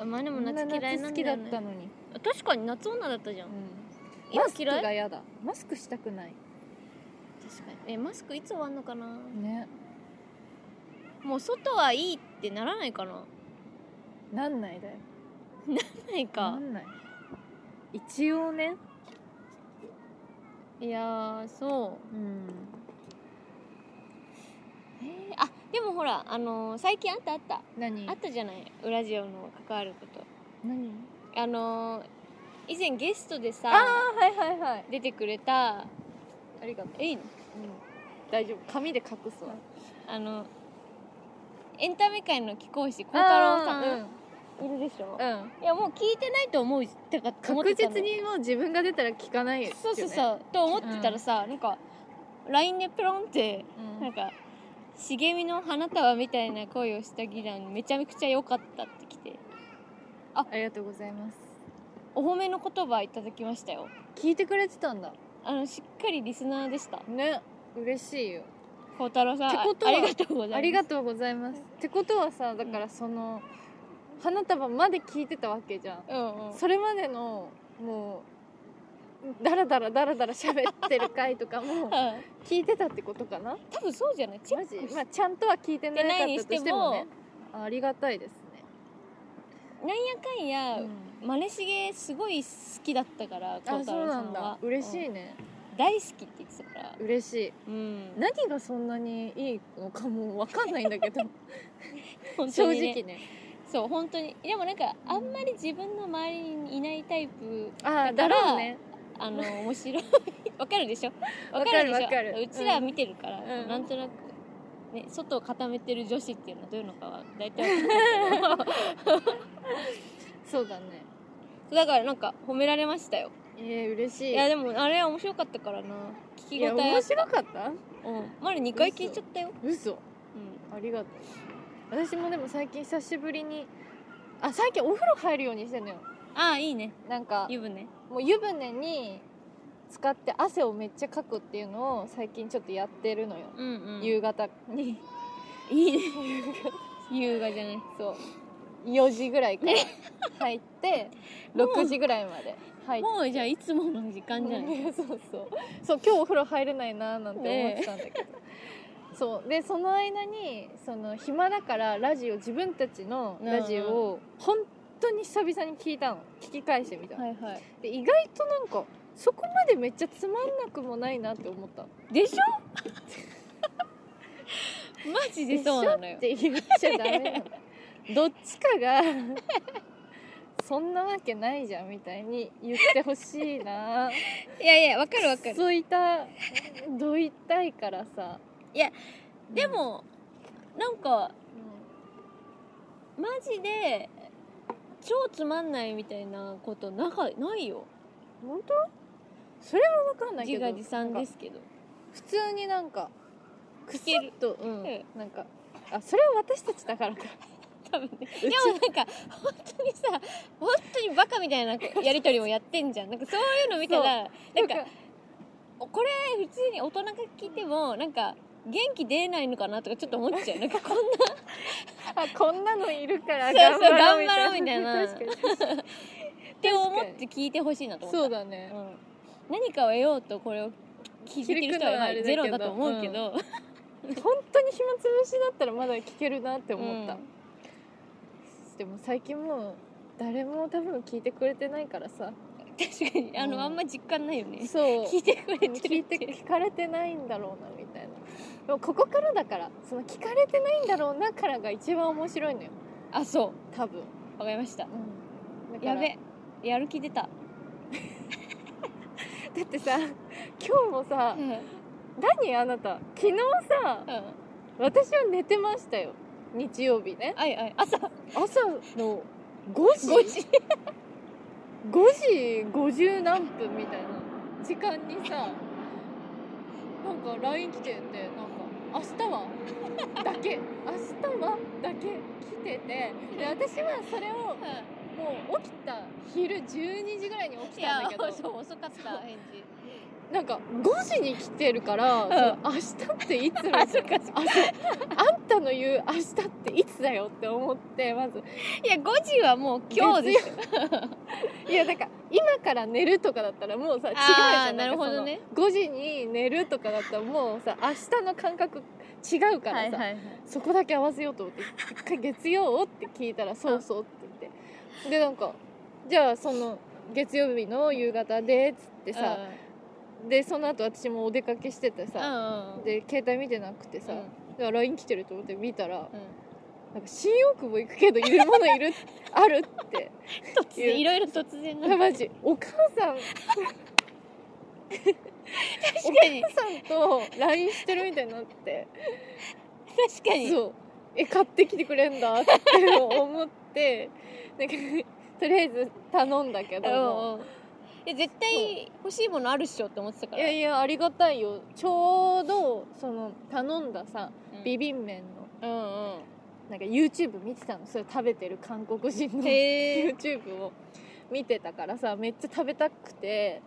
[SPEAKER 2] あまあでも
[SPEAKER 1] こ
[SPEAKER 2] 夏
[SPEAKER 1] んな
[SPEAKER 2] 嫌いな
[SPEAKER 1] 夏
[SPEAKER 2] ん
[SPEAKER 1] 好
[SPEAKER 2] だ
[SPEAKER 1] きだ
[SPEAKER 2] よ、
[SPEAKER 1] っ
[SPEAKER 2] ね、
[SPEAKER 1] たのに、
[SPEAKER 2] 確かに夏女だったじゃん
[SPEAKER 1] うん、
[SPEAKER 2] 今
[SPEAKER 1] マスク
[SPEAKER 2] 嫌い
[SPEAKER 1] が嫌だマスクしたくない
[SPEAKER 2] 確かにえマスクいつ終わんのかな
[SPEAKER 1] ね
[SPEAKER 2] もう外はいいってならないかな
[SPEAKER 1] なんないだよ
[SPEAKER 2] ない
[SPEAKER 1] な
[SPEAKER 2] か
[SPEAKER 1] んない一応ね
[SPEAKER 2] いやーそう
[SPEAKER 1] うん
[SPEAKER 2] えーあでもほらあのー最近あったあった
[SPEAKER 1] 何
[SPEAKER 2] あったじゃないウラジオの関わること
[SPEAKER 1] 何
[SPEAKER 2] あのー以前ゲストで
[SPEAKER 1] あ
[SPEAKER 2] さ
[SPEAKER 1] あはいはいはい
[SPEAKER 2] 出てくれた
[SPEAKER 1] ありがとう、
[SPEAKER 2] えいいの
[SPEAKER 1] うん、大丈夫紙で隠すわ
[SPEAKER 2] あのエンタメ界の貴公子孝太郎さ
[SPEAKER 1] あ
[SPEAKER 2] ん、いるでしょ
[SPEAKER 1] ーうん、うん
[SPEAKER 2] いやもう聞いてないと思うってか思っ
[SPEAKER 1] 確
[SPEAKER 2] てたの
[SPEAKER 1] 実にもう自分が出たら聞かないよ、ね、
[SPEAKER 2] そうそうそうと思ってたらさ、なんか LINE でプロンって
[SPEAKER 1] うん、
[SPEAKER 2] なんか茂みの花束みたいな恋をしたギランめちゃくちゃ良かったってきて
[SPEAKER 1] ありがとうございます
[SPEAKER 2] お褒めの言葉いただきましたよ
[SPEAKER 1] 聞いてくれてたんだ
[SPEAKER 2] あのしっかりリスナーでした
[SPEAKER 1] ね嬉しいよ
[SPEAKER 2] 孝太郎さん
[SPEAKER 1] ってこと
[SPEAKER 2] あ
[SPEAKER 1] は
[SPEAKER 2] ありがとうございます
[SPEAKER 1] ありがとうございますってことはさだからその、花束まで聞いてたわけじゃん
[SPEAKER 2] うんうん
[SPEAKER 1] それまでのもうダラダラダラダラ喋ってる回とかも
[SPEAKER 2] うん
[SPEAKER 1] 聞いてたってことかな
[SPEAKER 2] 多分そうじゃないチェ
[SPEAKER 1] マ
[SPEAKER 2] ック
[SPEAKER 1] ジ
[SPEAKER 2] し、
[SPEAKER 1] まあ、ちゃんとは聞いてなかったとしても
[SPEAKER 2] でない
[SPEAKER 1] ね
[SPEAKER 2] に
[SPEAKER 1] あありがたいですね、
[SPEAKER 2] なんやかんや、
[SPEAKER 1] うん
[SPEAKER 2] マネしげすごい好きだったから孝
[SPEAKER 1] あ
[SPEAKER 2] 太
[SPEAKER 1] そう
[SPEAKER 2] 郎
[SPEAKER 1] な
[SPEAKER 2] さ
[SPEAKER 1] ん
[SPEAKER 2] ん
[SPEAKER 1] だ
[SPEAKER 2] は
[SPEAKER 1] 嬉し
[SPEAKER 2] う
[SPEAKER 1] いね、
[SPEAKER 2] ん大好きって言ってたから
[SPEAKER 1] 嬉しい
[SPEAKER 2] うん
[SPEAKER 1] 何がそんなにいいのかもう分かんないんだけ
[SPEAKER 2] (laughs)
[SPEAKER 1] ど
[SPEAKER 2] 本
[SPEAKER 1] 正
[SPEAKER 2] 当にね
[SPEAKER 1] 直ね
[SPEAKER 2] そう本当にでもなんかあんまり自分の周りにいないタイプ
[SPEAKER 1] ああだ
[SPEAKER 2] だから
[SPEAKER 1] ろうね
[SPEAKER 2] あ (laughs) の面白いわかるでしょ
[SPEAKER 1] わかる
[SPEAKER 2] でしょ
[SPEAKER 1] わかる
[SPEAKER 2] うちら見てるから、
[SPEAKER 1] うん
[SPEAKER 2] なんとなく、ね、外を固めてる女子っていうのはどういうのかは大体 (laughs) わかるけど
[SPEAKER 1] そうだね
[SPEAKER 2] そうだからなんか褒められましたよ
[SPEAKER 1] えー、嬉しい
[SPEAKER 2] いやでもあれは面白かったからな聞
[SPEAKER 1] い
[SPEAKER 2] き応
[SPEAKER 1] や
[SPEAKER 2] えあ
[SPEAKER 1] 面
[SPEAKER 2] った
[SPEAKER 1] 白かった
[SPEAKER 2] うんまだ2回聞いちゃったよ、
[SPEAKER 1] 嘘
[SPEAKER 2] う
[SPEAKER 1] ありがとう私もでも最近久しぶりにあ最近お風呂入るようにしてんのよ
[SPEAKER 2] ん、ああいいね
[SPEAKER 1] なんか
[SPEAKER 2] 湯船
[SPEAKER 1] もう湯船に使って汗をめっちゃかくっていうのを最近ちょっとやってるのよ、
[SPEAKER 2] うんうん
[SPEAKER 1] 夕方に (laughs)
[SPEAKER 2] いいね優雅じゃない
[SPEAKER 1] そう4時ぐら
[SPEAKER 2] (laughs)
[SPEAKER 1] いから入って
[SPEAKER 2] もう
[SPEAKER 1] 6時ぐらいまで入って
[SPEAKER 2] もうじゃあいつもの時間じゃな
[SPEAKER 1] (laughs)
[SPEAKER 2] い、
[SPEAKER 1] そうそうそう今日お風呂入れないなーなんて思っ
[SPEAKER 2] ねえ
[SPEAKER 1] てたんだけ
[SPEAKER 2] (laughs)
[SPEAKER 1] ど、そうでその間にその暇だからラジオ自分たちのラジオを本当に久々に聞いたの聞き返してみたの、
[SPEAKER 2] いはい
[SPEAKER 1] で意外となんかそこまでめっちゃつまんなくもないなって思った
[SPEAKER 2] でしょ (laughs) マジでそうなのよ
[SPEAKER 1] って言っちゃダ
[SPEAKER 2] (laughs)
[SPEAKER 1] メなのどっちかがそんなわけないじゃんみたいに言ってほしいない
[SPEAKER 2] やいやわかるわかる
[SPEAKER 1] そういたどいたいからさ
[SPEAKER 2] いやで、もなんか
[SPEAKER 1] う
[SPEAKER 2] マジで超つまんないみたいなことなかないよ
[SPEAKER 1] ん本当それは分かんないけ
[SPEAKER 2] 自
[SPEAKER 1] ど
[SPEAKER 2] 画自賛
[SPEAKER 1] なん
[SPEAKER 2] で
[SPEAKER 1] か
[SPEAKER 2] すけど
[SPEAKER 1] 普通になんかくすっと、う
[SPEAKER 2] うん
[SPEAKER 1] ん、なんかあそれは私たちだからか
[SPEAKER 2] 多分ねでもなんか本当にさ本当にバカみたいなやり取りもやってんじゃんなんかそういうの見たらなんかこれ普通に大人が聞いてもなんか元気出ないのかなとかちょっと思っちゃうなんかこんな
[SPEAKER 1] あこんなのいるから
[SPEAKER 2] そう
[SPEAKER 1] 頑
[SPEAKER 2] そう
[SPEAKER 1] 張ろうみたいな
[SPEAKER 2] 頑張ろうみたいな
[SPEAKER 1] 確かに確かに
[SPEAKER 2] って思って聞いてほしいなと思
[SPEAKER 1] そ
[SPEAKER 2] った
[SPEAKER 1] うだね
[SPEAKER 2] うん、何かを得ようとこれを聞いてる人はまあゼロだと思うけど、
[SPEAKER 1] 本当に暇つぶしだったらまだ聞けるなって思った、
[SPEAKER 2] うん
[SPEAKER 1] でも最近もう誰も多分聞いてくれてないからさ
[SPEAKER 2] 確かにあの、
[SPEAKER 1] うん
[SPEAKER 2] あんま実感ないよね
[SPEAKER 1] そう
[SPEAKER 2] 聞いてくれてるって
[SPEAKER 1] 聞いて聞かれてないんだろうなみたいなでもここからだからその聞かれてないんだろうなからが一番面白いのよ
[SPEAKER 2] あそ
[SPEAKER 1] 多分、
[SPEAKER 2] うわかりました
[SPEAKER 1] だから
[SPEAKER 2] やべやる気出た、
[SPEAKER 1] だってさ今日もさ、
[SPEAKER 2] うんうん、
[SPEAKER 1] 何あなた昨日さ私は寝てましたよ日曜日ね
[SPEAKER 2] あいあい朝
[SPEAKER 1] 朝の5時
[SPEAKER 2] 5時
[SPEAKER 1] (laughs) 5時50何分みたいな時間にさなんか LINE 来ててなんか「明
[SPEAKER 2] (laughs)
[SPEAKER 1] 日は?」だけ「明日は?」だけ来ててで私はそれをもう起きた昼12時ぐらいに起
[SPEAKER 2] い
[SPEAKER 1] きたんだ
[SPEAKER 2] や
[SPEAKER 1] けど
[SPEAKER 2] そう遅かった返事
[SPEAKER 1] なんか5時に来てるから、
[SPEAKER 2] ん
[SPEAKER 1] その明日っていつみたいな
[SPEAKER 2] あ (laughs) そっかそっか
[SPEAKER 1] あそうあんたの言う明日っていつだよって思ってまず
[SPEAKER 2] いや5時はもう今日ですよ
[SPEAKER 1] (laughs) いやだから今から寝るとかだったらもうさ違うじ
[SPEAKER 2] あー
[SPEAKER 1] ゃん
[SPEAKER 2] なるほどね
[SPEAKER 1] 5時に寝るとかだったらもうさ明日の感覚違うからさ、
[SPEAKER 2] いはい
[SPEAKER 1] そこだけ合わせようと思って「一回月曜?」って聞いたら「そうそう」って言ってでなんか「じゃあその月曜日の夕方で」っつってさ、でその後私もお出かけしてて
[SPEAKER 2] うんう
[SPEAKER 1] さ、
[SPEAKER 2] んうん
[SPEAKER 1] で携帯見てなくてさ、
[SPEAKER 2] うん
[SPEAKER 1] だから LINE 来てると思って見たら
[SPEAKER 2] うん
[SPEAKER 1] 「なんか新大久保行くけどいるものいるある?」
[SPEAKER 2] (laughs)
[SPEAKER 1] って
[SPEAKER 2] 突然いろいろ突然な
[SPEAKER 1] マジお母さん
[SPEAKER 2] 確かに
[SPEAKER 1] さんと LINE してるみたいになって
[SPEAKER 2] 確かに
[SPEAKER 1] そうえ買ってきてくれんだって思ってなんか (laughs) とりあえず頼んだけども
[SPEAKER 2] うんうんいや絶対欲しいものあるっしょって思ってたか
[SPEAKER 1] い
[SPEAKER 2] ら
[SPEAKER 1] やいやありがたいよちょうどその頼んださ
[SPEAKER 2] うん
[SPEAKER 1] ビビン麺の
[SPEAKER 2] うんうん
[SPEAKER 1] なんか YouTube 見てたのそれ食べてる韓国人の
[SPEAKER 2] へえ
[SPEAKER 1] (laughs) YouTube を見てたからさめっちゃ食べたくて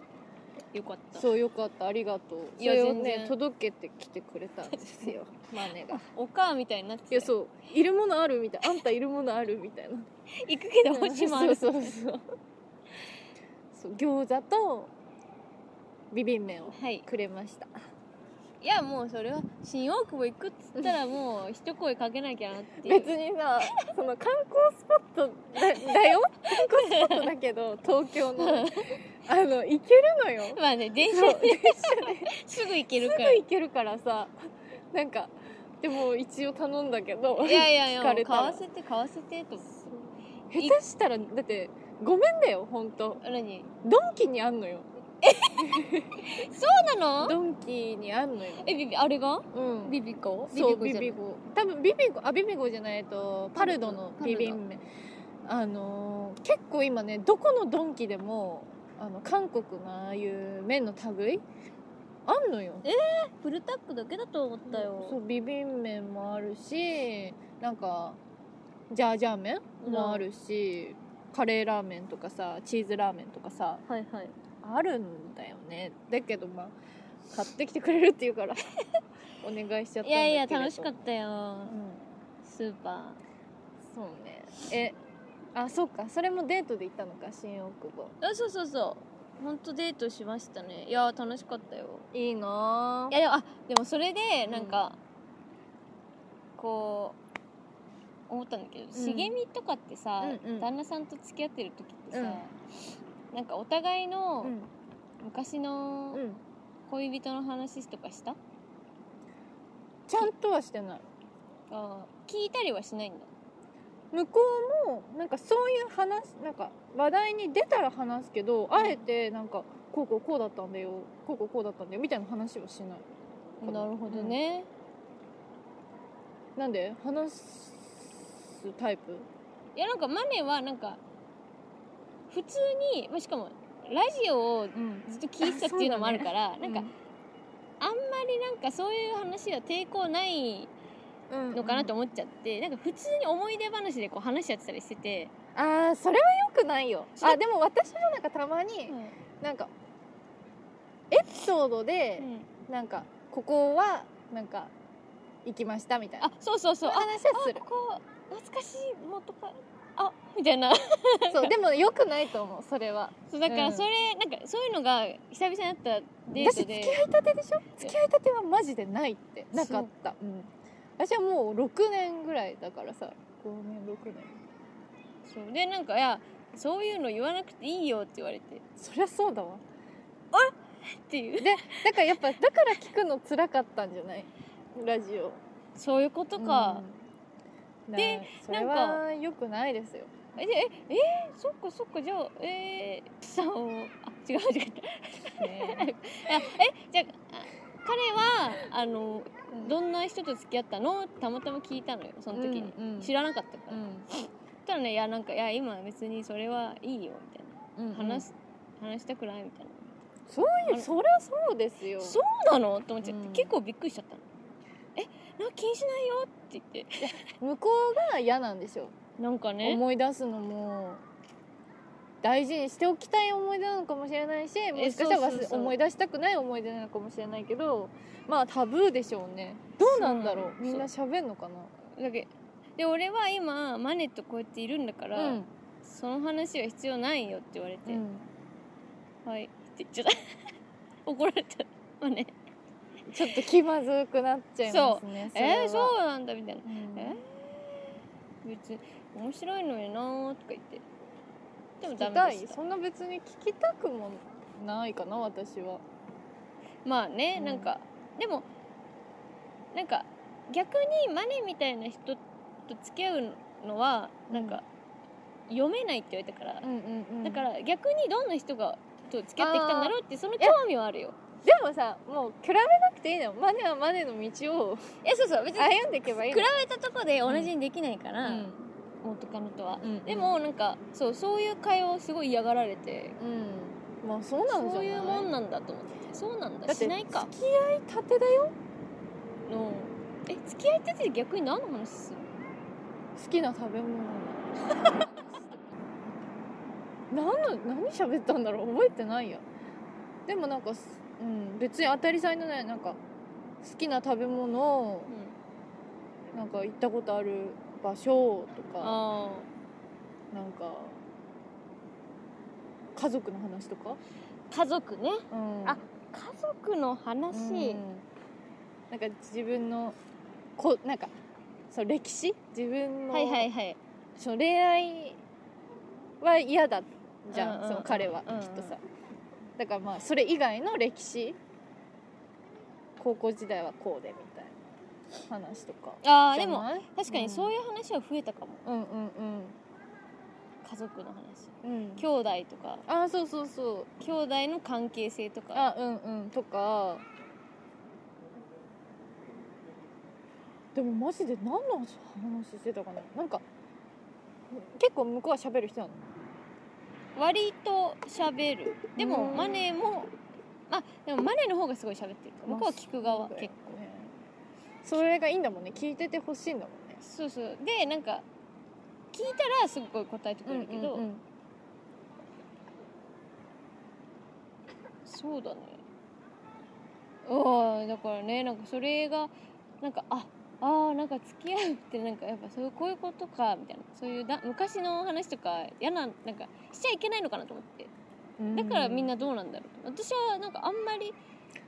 [SPEAKER 2] よかった
[SPEAKER 1] そうよかったありがとうそ
[SPEAKER 2] いや
[SPEAKER 1] れを
[SPEAKER 2] 全
[SPEAKER 1] ね
[SPEAKER 2] 然
[SPEAKER 1] 届けてきてくれたん
[SPEAKER 2] (laughs)
[SPEAKER 1] ですよマネが
[SPEAKER 2] お母みたいになって
[SPEAKER 1] い
[SPEAKER 2] た
[SPEAKER 1] やそういるものあるみたいあんたいるものあるみたいな
[SPEAKER 2] 行くけど欲しいもんある
[SPEAKER 1] そうそうそうそう餃子とビビン麺を
[SPEAKER 2] はい
[SPEAKER 1] くれました
[SPEAKER 2] いやもうそれは新大久保行くっつったらもう一声かけなきゃなっていう
[SPEAKER 1] 別にさその観光スポットだだよ観光スポットだけど東京のあの行けるのよ
[SPEAKER 2] まあね電車
[SPEAKER 1] そう
[SPEAKER 2] ですぐ行けるか
[SPEAKER 1] (laughs)
[SPEAKER 2] ら
[SPEAKER 1] 行けるからさなんかでも一応頼んだけど
[SPEAKER 2] いやいやい
[SPEAKER 1] 聞か
[SPEAKER 2] やもう
[SPEAKER 1] れ
[SPEAKER 2] 買
[SPEAKER 1] た
[SPEAKER 2] わ
[SPEAKER 1] ら
[SPEAKER 2] せて買わせてとい
[SPEAKER 1] 下手したらだってごめんだよ本当
[SPEAKER 2] 何
[SPEAKER 1] ドンキにあんのよ
[SPEAKER 2] そうなの
[SPEAKER 1] ドンキにあんのよ
[SPEAKER 2] えビビあれが
[SPEAKER 1] うん
[SPEAKER 2] ビビコ
[SPEAKER 1] そうビ
[SPEAKER 2] じゃない
[SPEAKER 1] ビゴ多分ビビゴあビビゴじゃないえっとパルドの
[SPEAKER 2] パル
[SPEAKER 1] ビビ
[SPEAKER 2] ド
[SPEAKER 1] ン麺あのー結構今ねどこのドンキでもあの韓国のああいう麺の類あんのよ
[SPEAKER 2] フルタックだけだと思ったよ
[SPEAKER 1] そうビビン麺もあるしなんかジャージャー麺もあるし、カレーラーメンとかさチーズラーメンとかさ
[SPEAKER 2] はいはい
[SPEAKER 1] あるんだよねだけどまあ買ってきてくれるって言うから (laughs) お願いしちゃったんだけれど
[SPEAKER 2] いやいや楽しかったよ
[SPEAKER 1] うん
[SPEAKER 2] スーパ
[SPEAKER 1] そうねえあそうかそれもデートで行ったのか新大久保
[SPEAKER 2] ーあそうそうそう本当デートしましたねいやー楽しかったよ
[SPEAKER 1] いいない
[SPEAKER 2] やでもあでもそれでなんか、こう思ったんだけど、茂みとかってさ、
[SPEAKER 1] うんうん
[SPEAKER 2] 旦那さんと付き合ってる時ってさ、
[SPEAKER 1] う
[SPEAKER 2] なんかお互いの
[SPEAKER 1] うん
[SPEAKER 2] 昔の
[SPEAKER 1] うん
[SPEAKER 2] 恋人の話とかした、
[SPEAKER 1] ちゃんとはしてない
[SPEAKER 2] あー聞いたりはしないんだ
[SPEAKER 1] 向こうもなんかそういう話なんか話題に出たら話すけどあえてなんかこうこうこうだったんだよこうこうこうだったんだよみたいな話はしない
[SPEAKER 2] なるほどね、
[SPEAKER 1] なんで話すタイプ
[SPEAKER 2] いやなんかマネはなんか普通に、まあ、しかもラジオを
[SPEAKER 1] うん
[SPEAKER 2] ずっと聞いてたっていうのもあるから、なんか
[SPEAKER 1] うん
[SPEAKER 2] あんまりなんかそういう話は抵抗ない
[SPEAKER 1] うん
[SPEAKER 2] のかなと思っちゃって、なんか普通に思い出話でこう話し合ってたりしてて、
[SPEAKER 1] あーそれはよくないよ
[SPEAKER 2] それ
[SPEAKER 1] あでも私もなんかたまになんかエピソードで
[SPEAKER 2] うん
[SPEAKER 1] なんかここはなんか行きましたみたいな
[SPEAKER 2] あそうそうそう
[SPEAKER 1] そういう
[SPEAKER 2] ああ
[SPEAKER 1] 話はする
[SPEAKER 2] ここ懐かしい元かあみたいな (laughs)
[SPEAKER 1] そうでもよくないと思うそれは
[SPEAKER 2] そうだか
[SPEAKER 1] う
[SPEAKER 2] ら
[SPEAKER 1] ん
[SPEAKER 2] それ、なんかそういうのが久々にあったデ
[SPEAKER 1] 私
[SPEAKER 2] ート
[SPEAKER 1] 付
[SPEAKER 2] で
[SPEAKER 1] き合いたてでしょ付き合いたてはマジでないってなかったうん私はもう6年ぐらいだからさ5年6年
[SPEAKER 2] そうでなんかいやそういうの言わなくていいよって言われて
[SPEAKER 1] そりゃそうだわ
[SPEAKER 2] っていう
[SPEAKER 1] でだからやっぱだから聞くの辛かったんじゃないラジオ
[SPEAKER 2] そういうことか、、
[SPEAKER 1] うん
[SPEAKER 2] で
[SPEAKER 1] なそれはよくないですよ
[SPEAKER 2] えでええーそっかそっかじゃあえー、さんをあ違う違う
[SPEAKER 1] (laughs) ね
[SPEAKER 2] あえじゃああ彼はあの
[SPEAKER 1] うん
[SPEAKER 2] どんな人と付き合ったのたまたま聞いたのよその時に、
[SPEAKER 1] うんうん
[SPEAKER 2] 知らなかったから、
[SPEAKER 1] うん
[SPEAKER 2] そしたらねいやなんかいや今別にそれはいいよみたい
[SPEAKER 1] うんうん
[SPEAKER 2] な話,、話したくないみたいな
[SPEAKER 1] そういうそりゃそうですよ
[SPEAKER 2] そうなのと思っちゃって、
[SPEAKER 1] うん
[SPEAKER 2] 結構びっくりしちゃったのえなんか気にしないよって言って
[SPEAKER 1] 向こうが嫌なんでしょ
[SPEAKER 2] なんかね
[SPEAKER 1] 思い出すのも大事にしておきたい思い出なのかもしれないしもしかしたら
[SPEAKER 2] そうそう
[SPEAKER 1] 忘
[SPEAKER 2] そう
[SPEAKER 1] 思い出したくない思い出なのかもしれないけどまあタブーでしょうねどうなんだろう
[SPEAKER 2] そう
[SPEAKER 1] みんな喋んのか
[SPEAKER 2] だけで俺は今マネとこうやっているんだか
[SPEAKER 1] な
[SPEAKER 2] ら、その話は必要ないよって言われて、
[SPEAKER 1] うん
[SPEAKER 2] はいって言っちゃった (laughs) 怒られたマネ
[SPEAKER 1] ちょっと気まずくなっちゃいますね
[SPEAKER 2] えー、
[SPEAKER 1] れは
[SPEAKER 2] そうなんだみたいな
[SPEAKER 1] うん
[SPEAKER 2] えー、別に面白いのになーとか言ってでも
[SPEAKER 1] 聞き
[SPEAKER 2] ダ
[SPEAKER 1] た
[SPEAKER 2] メで
[SPEAKER 1] い
[SPEAKER 2] した
[SPEAKER 1] そんな別に聞きたくもないかな私は
[SPEAKER 2] まあね、
[SPEAKER 1] うん
[SPEAKER 2] なんかでもなんか逆にマネみたいな人と付き合うのはなんか、読めないって言われたから、
[SPEAKER 1] んうんうだ
[SPEAKER 2] だか
[SPEAKER 1] から
[SPEAKER 2] ら逆にどんな人がと付き合ってきたんだろうってその興味はあるよ
[SPEAKER 1] でもさもう比べなくていいのよマネはマネの道を
[SPEAKER 2] えそうそう別に
[SPEAKER 1] 歩んでいけばいい
[SPEAKER 2] 比
[SPEAKER 1] の
[SPEAKER 2] べたとこで同じにできないから、元カノとは、
[SPEAKER 1] うん
[SPEAKER 2] でもなんかそうそういう会話をすごい嫌がられて
[SPEAKER 1] うんまあそうなんじゃない
[SPEAKER 2] そういうもんなんだと思ってそうなんだ
[SPEAKER 1] だって
[SPEAKER 2] しないか
[SPEAKER 1] 付き合いたてだよ
[SPEAKER 2] のえ付き合いってて逆に何の話する
[SPEAKER 1] 好きな食べ物何の何喋ったんだろう覚えてないやでもなんかす、うん、別に当たり前のねなんか好きな食べ物を
[SPEAKER 2] の、うん、
[SPEAKER 1] なんか行ったことある場所とか
[SPEAKER 2] あ
[SPEAKER 1] なんか家族の話とか、
[SPEAKER 2] ー家族ね
[SPEAKER 1] うん、
[SPEAKER 2] あ家族の
[SPEAKER 1] う
[SPEAKER 2] 話、
[SPEAKER 1] んなんか自分のこなんかそう歴史自分の、
[SPEAKER 2] はいはいはい
[SPEAKER 1] その恋愛は嫌だじゃん,、
[SPEAKER 2] うんうんうん
[SPEAKER 1] その彼は、
[SPEAKER 2] うんうん
[SPEAKER 1] きっとさだからまあそれ以外の歴史高校時代はこうでみたいな話とか
[SPEAKER 2] あー
[SPEAKER 1] じ
[SPEAKER 2] で
[SPEAKER 1] ゃ
[SPEAKER 2] も
[SPEAKER 1] ない
[SPEAKER 2] 確かにそう
[SPEAKER 1] い
[SPEAKER 2] いう話は増えたかも、
[SPEAKER 1] うん、うんうん
[SPEAKER 2] 家族の話
[SPEAKER 1] うんうん
[SPEAKER 2] 兄弟とか
[SPEAKER 1] ああそうそうそう
[SPEAKER 2] 兄弟の関係性とか
[SPEAKER 1] あうんうんとかでもマジで何の話してたかななんか結構向こうは喋る人なの
[SPEAKER 2] 割と喋るでも、
[SPEAKER 1] うん
[SPEAKER 2] マネもあでもマネの方がすごい喋ってる向こうは聞く側結構
[SPEAKER 1] 構ねそれがいいんだもんね聞いててほしいんだもんね
[SPEAKER 2] そうそうでなんか聞いたらすっごい答えてくれるけ
[SPEAKER 1] うん
[SPEAKER 2] ど、
[SPEAKER 1] うんうん
[SPEAKER 2] そうだねああだからねなんかそれがなんかああーなんか付き合うってなんかやっぱそういうこういうことかみたいなそういうだ昔の話とか嫌ななんかしちゃいけないのかなと思って
[SPEAKER 1] うん
[SPEAKER 2] だからみんなどうなんだろうと私はなんかあんまり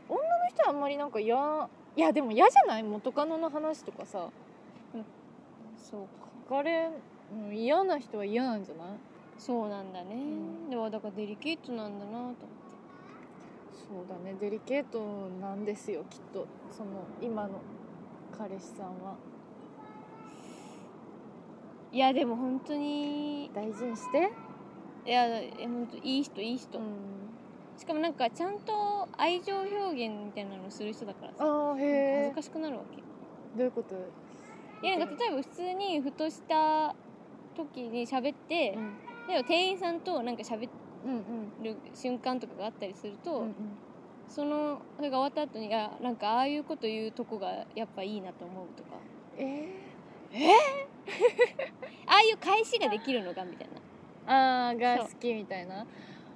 [SPEAKER 1] この人はあんまりなんか嫌いやでも嫌じゃない元カノの話とかさ
[SPEAKER 2] そうか
[SPEAKER 1] 彼うん嫌な人は嫌なんじゃない
[SPEAKER 2] そうなんだね、
[SPEAKER 1] ん
[SPEAKER 2] でもだからデリケートなんだなと思って
[SPEAKER 1] そうだねデリケートなんですよきっとその今の彼氏さんはい
[SPEAKER 2] やでも本当に
[SPEAKER 1] 大事にして
[SPEAKER 2] いやえ本当いい人いい人、
[SPEAKER 1] ん
[SPEAKER 2] しかもなんかちゃんと愛情表現みたいなのする人だからさ
[SPEAKER 1] ああへ
[SPEAKER 2] 恥ず
[SPEAKER 1] え
[SPEAKER 2] かしくなるわけ
[SPEAKER 1] どういうこと
[SPEAKER 2] いやなんか例えば普通にふとした時に喋って、
[SPEAKER 1] ん
[SPEAKER 2] でも店員さんとなんか喋
[SPEAKER 1] うんうん
[SPEAKER 2] る瞬間とかがあったりすると、
[SPEAKER 1] うん
[SPEAKER 2] そのそれが終わった後にいやなんかああいうこと言うとこがやっぱいいなと思うとか
[SPEAKER 1] え
[SPEAKER 2] ああいう返しができるのかみたいな
[SPEAKER 1] あーが
[SPEAKER 2] そう
[SPEAKER 1] 好きみたいな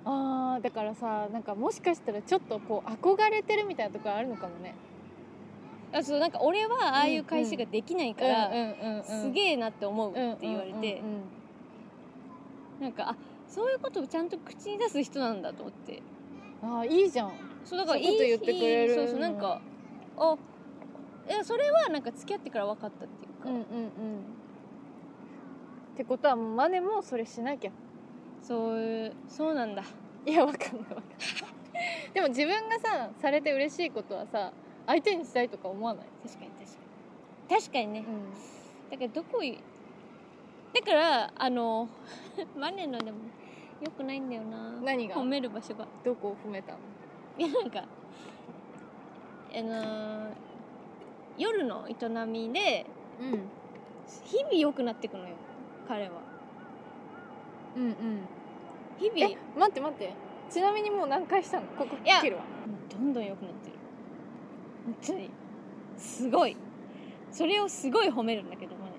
[SPEAKER 1] あーだからさなんかもしかしたらちょっとこう憧れてるみたいなところあるのかもね
[SPEAKER 2] あそうなんか俺はああいう返しができないから、
[SPEAKER 1] うんうんうん
[SPEAKER 2] すげえなって思うって言われ
[SPEAKER 1] う
[SPEAKER 2] て、
[SPEAKER 1] んうんうんうん
[SPEAKER 2] なんかあそういうことをちゃんと口に出す人なんだと思って
[SPEAKER 1] あーいいじゃん
[SPEAKER 2] そうだからいい
[SPEAKER 1] そういうこと言ってくれる
[SPEAKER 2] いいそうそうなんかあいやそれはなんか付き合ってから分かったっていうか、
[SPEAKER 1] ってことはもうマネもそれしなきゃ
[SPEAKER 2] そういうそうなんだ
[SPEAKER 1] いやわかんないわかん (laughs) ないでも自分がさされて嬉しいことはさ相手にしたいとか思わない、
[SPEAKER 2] 確かに確かに確かにね、だからどこいだからあの (laughs) マネのでもよくないんだよな
[SPEAKER 1] 何が
[SPEAKER 2] 褒める場所が
[SPEAKER 1] どこを褒めたの
[SPEAKER 2] いやなんかあのー夜の営みで
[SPEAKER 1] うん
[SPEAKER 2] 日々良くなっていくのよ彼は
[SPEAKER 1] うんうん
[SPEAKER 2] 日々
[SPEAKER 1] え待って待ってちなみにもう何回したのここ
[SPEAKER 2] いや
[SPEAKER 1] 聞けるわ
[SPEAKER 2] どんどん良くなってる本当にすごいそれをすごい褒めるんだけどマネ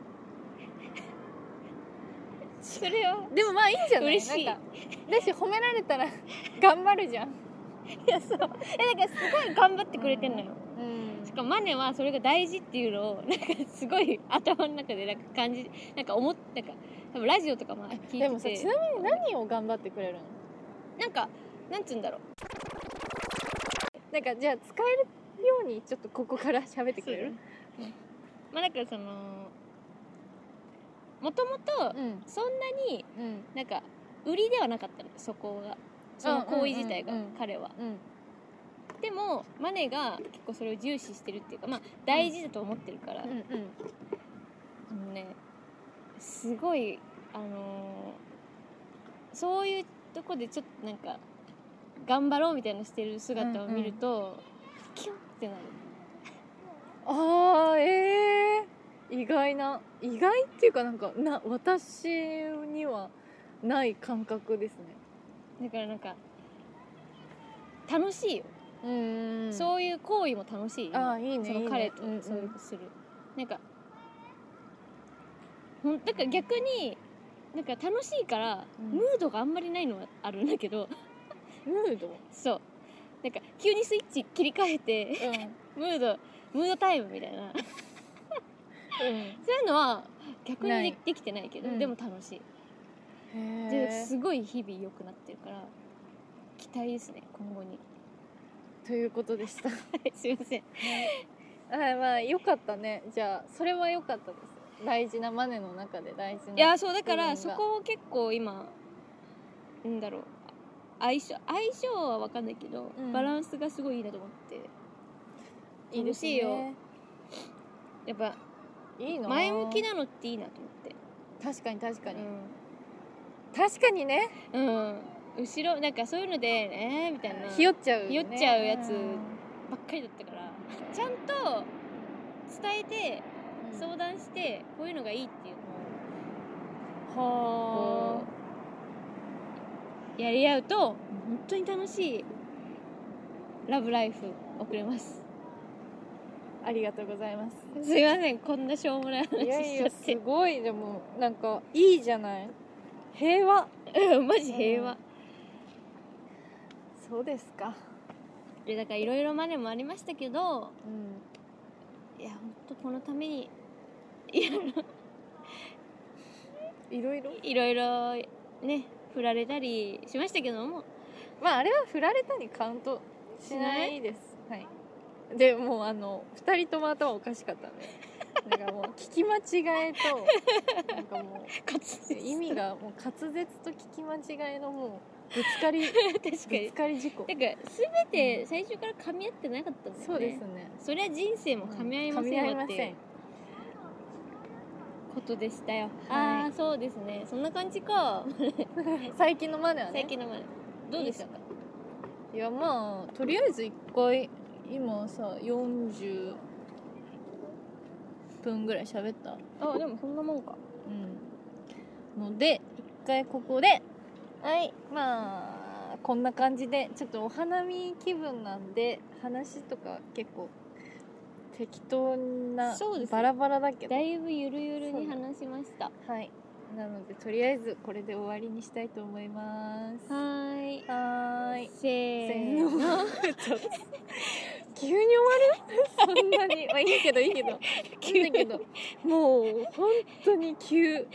[SPEAKER 2] それを
[SPEAKER 1] でもまあいいじゃない
[SPEAKER 2] 嬉しい
[SPEAKER 1] なんかだし褒められたら頑張るじゃん
[SPEAKER 2] いやそうえだからすごい頑張ってくれてんのよ、
[SPEAKER 1] うん
[SPEAKER 2] しかもマネはそれが大事っていうのをなんかすごい頭の中でなんか感じなんか思ってなんか多分ラジオとかも聞いてて
[SPEAKER 1] でもさちなみに何を頑張ってくれるの
[SPEAKER 2] なんかなんつうんだろう
[SPEAKER 1] なんかじゃあ使えるようにちょっとここから喋ってくれる
[SPEAKER 2] そうだねまあだからそのもともと
[SPEAKER 1] うん
[SPEAKER 2] そんなに
[SPEAKER 1] うん
[SPEAKER 2] なんか売りではなかったのそこがその行為自体が
[SPEAKER 1] うんうんうんうん
[SPEAKER 2] 彼は
[SPEAKER 1] うん
[SPEAKER 2] でもマネが結構それを重視してるっていうかまあ大事だと思ってるから、
[SPEAKER 1] うんうん
[SPEAKER 2] あのねすごいあのーそういうとこでちょっとなんか頑張ろうみたいなしてる姿を見ると、キュンってなる
[SPEAKER 1] あーええ意外な意外っていうかなんかな私にはない感覚ですね
[SPEAKER 2] だからなんか楽しいよ、
[SPEAKER 1] うんそう
[SPEAKER 2] そういう行為も楽しいよ
[SPEAKER 1] ああいいね
[SPEAKER 2] その彼と
[SPEAKER 1] いいね
[SPEAKER 2] そういうことする、なんかほんだから逆になんか楽しいから、
[SPEAKER 1] うん
[SPEAKER 2] ムードがあんまりないのはあるんだけど
[SPEAKER 1] ムード
[SPEAKER 2] そうなんか急にスイッチ切り替えて
[SPEAKER 1] う
[SPEAKER 2] ムードムードタイムみたい
[SPEAKER 1] (laughs)
[SPEAKER 2] なそういうのは逆に
[SPEAKER 1] な
[SPEAKER 2] で
[SPEAKER 1] い
[SPEAKER 2] きできてないけど、
[SPEAKER 1] うん
[SPEAKER 2] でも楽しい、
[SPEAKER 1] んへ
[SPEAKER 2] で
[SPEAKER 1] え
[SPEAKER 2] すごい日々良くなってるから期待ですね今後に
[SPEAKER 1] ということで
[SPEAKER 2] (laughs)
[SPEAKER 1] した
[SPEAKER 2] はいすいません
[SPEAKER 1] はいまあよかったねじゃあそれは良かったです大事なマネの中で大事ない
[SPEAKER 2] やそうだから
[SPEAKER 1] 部分
[SPEAKER 2] そ
[SPEAKER 1] が
[SPEAKER 2] こを結構今なんだろう相性相性は分かんないけど、
[SPEAKER 1] うん
[SPEAKER 2] バランスがすごいいいなと思って
[SPEAKER 1] いいですね
[SPEAKER 2] 楽しいよやっぱ
[SPEAKER 1] いいの
[SPEAKER 2] 前向きなのっていいなと思って
[SPEAKER 1] 確かに確かに、
[SPEAKER 2] う
[SPEAKER 1] 確かにね
[SPEAKER 2] ん、うん後ろなんかそういうのでえー、みたいな
[SPEAKER 1] ひよっちゃうよね、
[SPEAKER 2] ひよっちゃうやつ
[SPEAKER 1] ん
[SPEAKER 2] ばっかりだったからちゃんと伝えて
[SPEAKER 1] うん
[SPEAKER 2] 相談してこういうのがいいっていうのを
[SPEAKER 1] は
[SPEAKER 2] こうやり合うと本当に楽しいラブライフ送れます
[SPEAKER 1] あありがとうございます
[SPEAKER 2] すいませんこんなしょうもない話
[SPEAKER 1] (laughs) いや
[SPEAKER 2] し
[SPEAKER 1] い (laughs)
[SPEAKER 2] ちゃ
[SPEAKER 1] や
[SPEAKER 2] っ
[SPEAKER 1] す
[SPEAKER 2] て
[SPEAKER 1] ごいでもなんかいいじゃない平和
[SPEAKER 2] うん (laughs) マジ平和、
[SPEAKER 1] そうですか
[SPEAKER 2] いやだからいろいろマネもありましたけど
[SPEAKER 1] うん
[SPEAKER 2] いや本当このために
[SPEAKER 1] いろいろ
[SPEAKER 2] いろいろね振られたりしましたけども
[SPEAKER 1] まああれは振られたにカウントしないですはいでもうあの2人とも頭おかしかったね (laughs) なんかもう聞き間違えとなんかも
[SPEAKER 2] 勝つ
[SPEAKER 1] う意味がもう滑舌と聞き間違えのもうぶつかり
[SPEAKER 2] (laughs) 確か
[SPEAKER 1] ぶ
[SPEAKER 2] に
[SPEAKER 1] つかり事故
[SPEAKER 2] なんか全て最初から噛み合ってなかったんだよね
[SPEAKER 1] そうですね
[SPEAKER 2] そりゃ人生も噛み合いませ
[SPEAKER 1] 噛
[SPEAKER 2] ん
[SPEAKER 1] み合い
[SPEAKER 2] わっ
[SPEAKER 1] ま
[SPEAKER 2] て
[SPEAKER 1] せ
[SPEAKER 2] いうんことでしたよ、
[SPEAKER 1] はい
[SPEAKER 2] ああそうですねそんな感じか
[SPEAKER 1] 最近のマネはね
[SPEAKER 2] 最近の前どうでしたか
[SPEAKER 1] いやまあとりあえず一回今さ40分ぐらい喋った
[SPEAKER 2] あでもそんなもんか
[SPEAKER 1] うんので一回ここではいまあこんな感じでちょっとお花見気分なんで話とか結構適当な
[SPEAKER 2] そうですね
[SPEAKER 1] バラバラだけど
[SPEAKER 2] だいぶゆるゆるに話しましたは
[SPEAKER 1] はいなのでとりあえずこれで終わりにしたいと思いますは
[SPEAKER 2] ーい
[SPEAKER 1] ーい
[SPEAKER 2] せ
[SPEAKER 1] (laughs) せ
[SPEAKER 2] ー
[SPEAKER 1] ー
[SPEAKER 2] の
[SPEAKER 1] のちょっと急に終わるそんな
[SPEAKER 2] (laughs)
[SPEAKER 1] にまあいいけどいいけどいいんだけどもう本当に急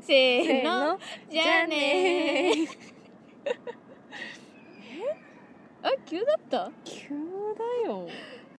[SPEAKER 2] せーの
[SPEAKER 1] じ
[SPEAKER 2] じ
[SPEAKER 1] ゃ
[SPEAKER 2] ゃ
[SPEAKER 1] あね
[SPEAKER 2] あね
[SPEAKER 1] ー
[SPEAKER 2] (laughs) あ急だった
[SPEAKER 1] 急だよ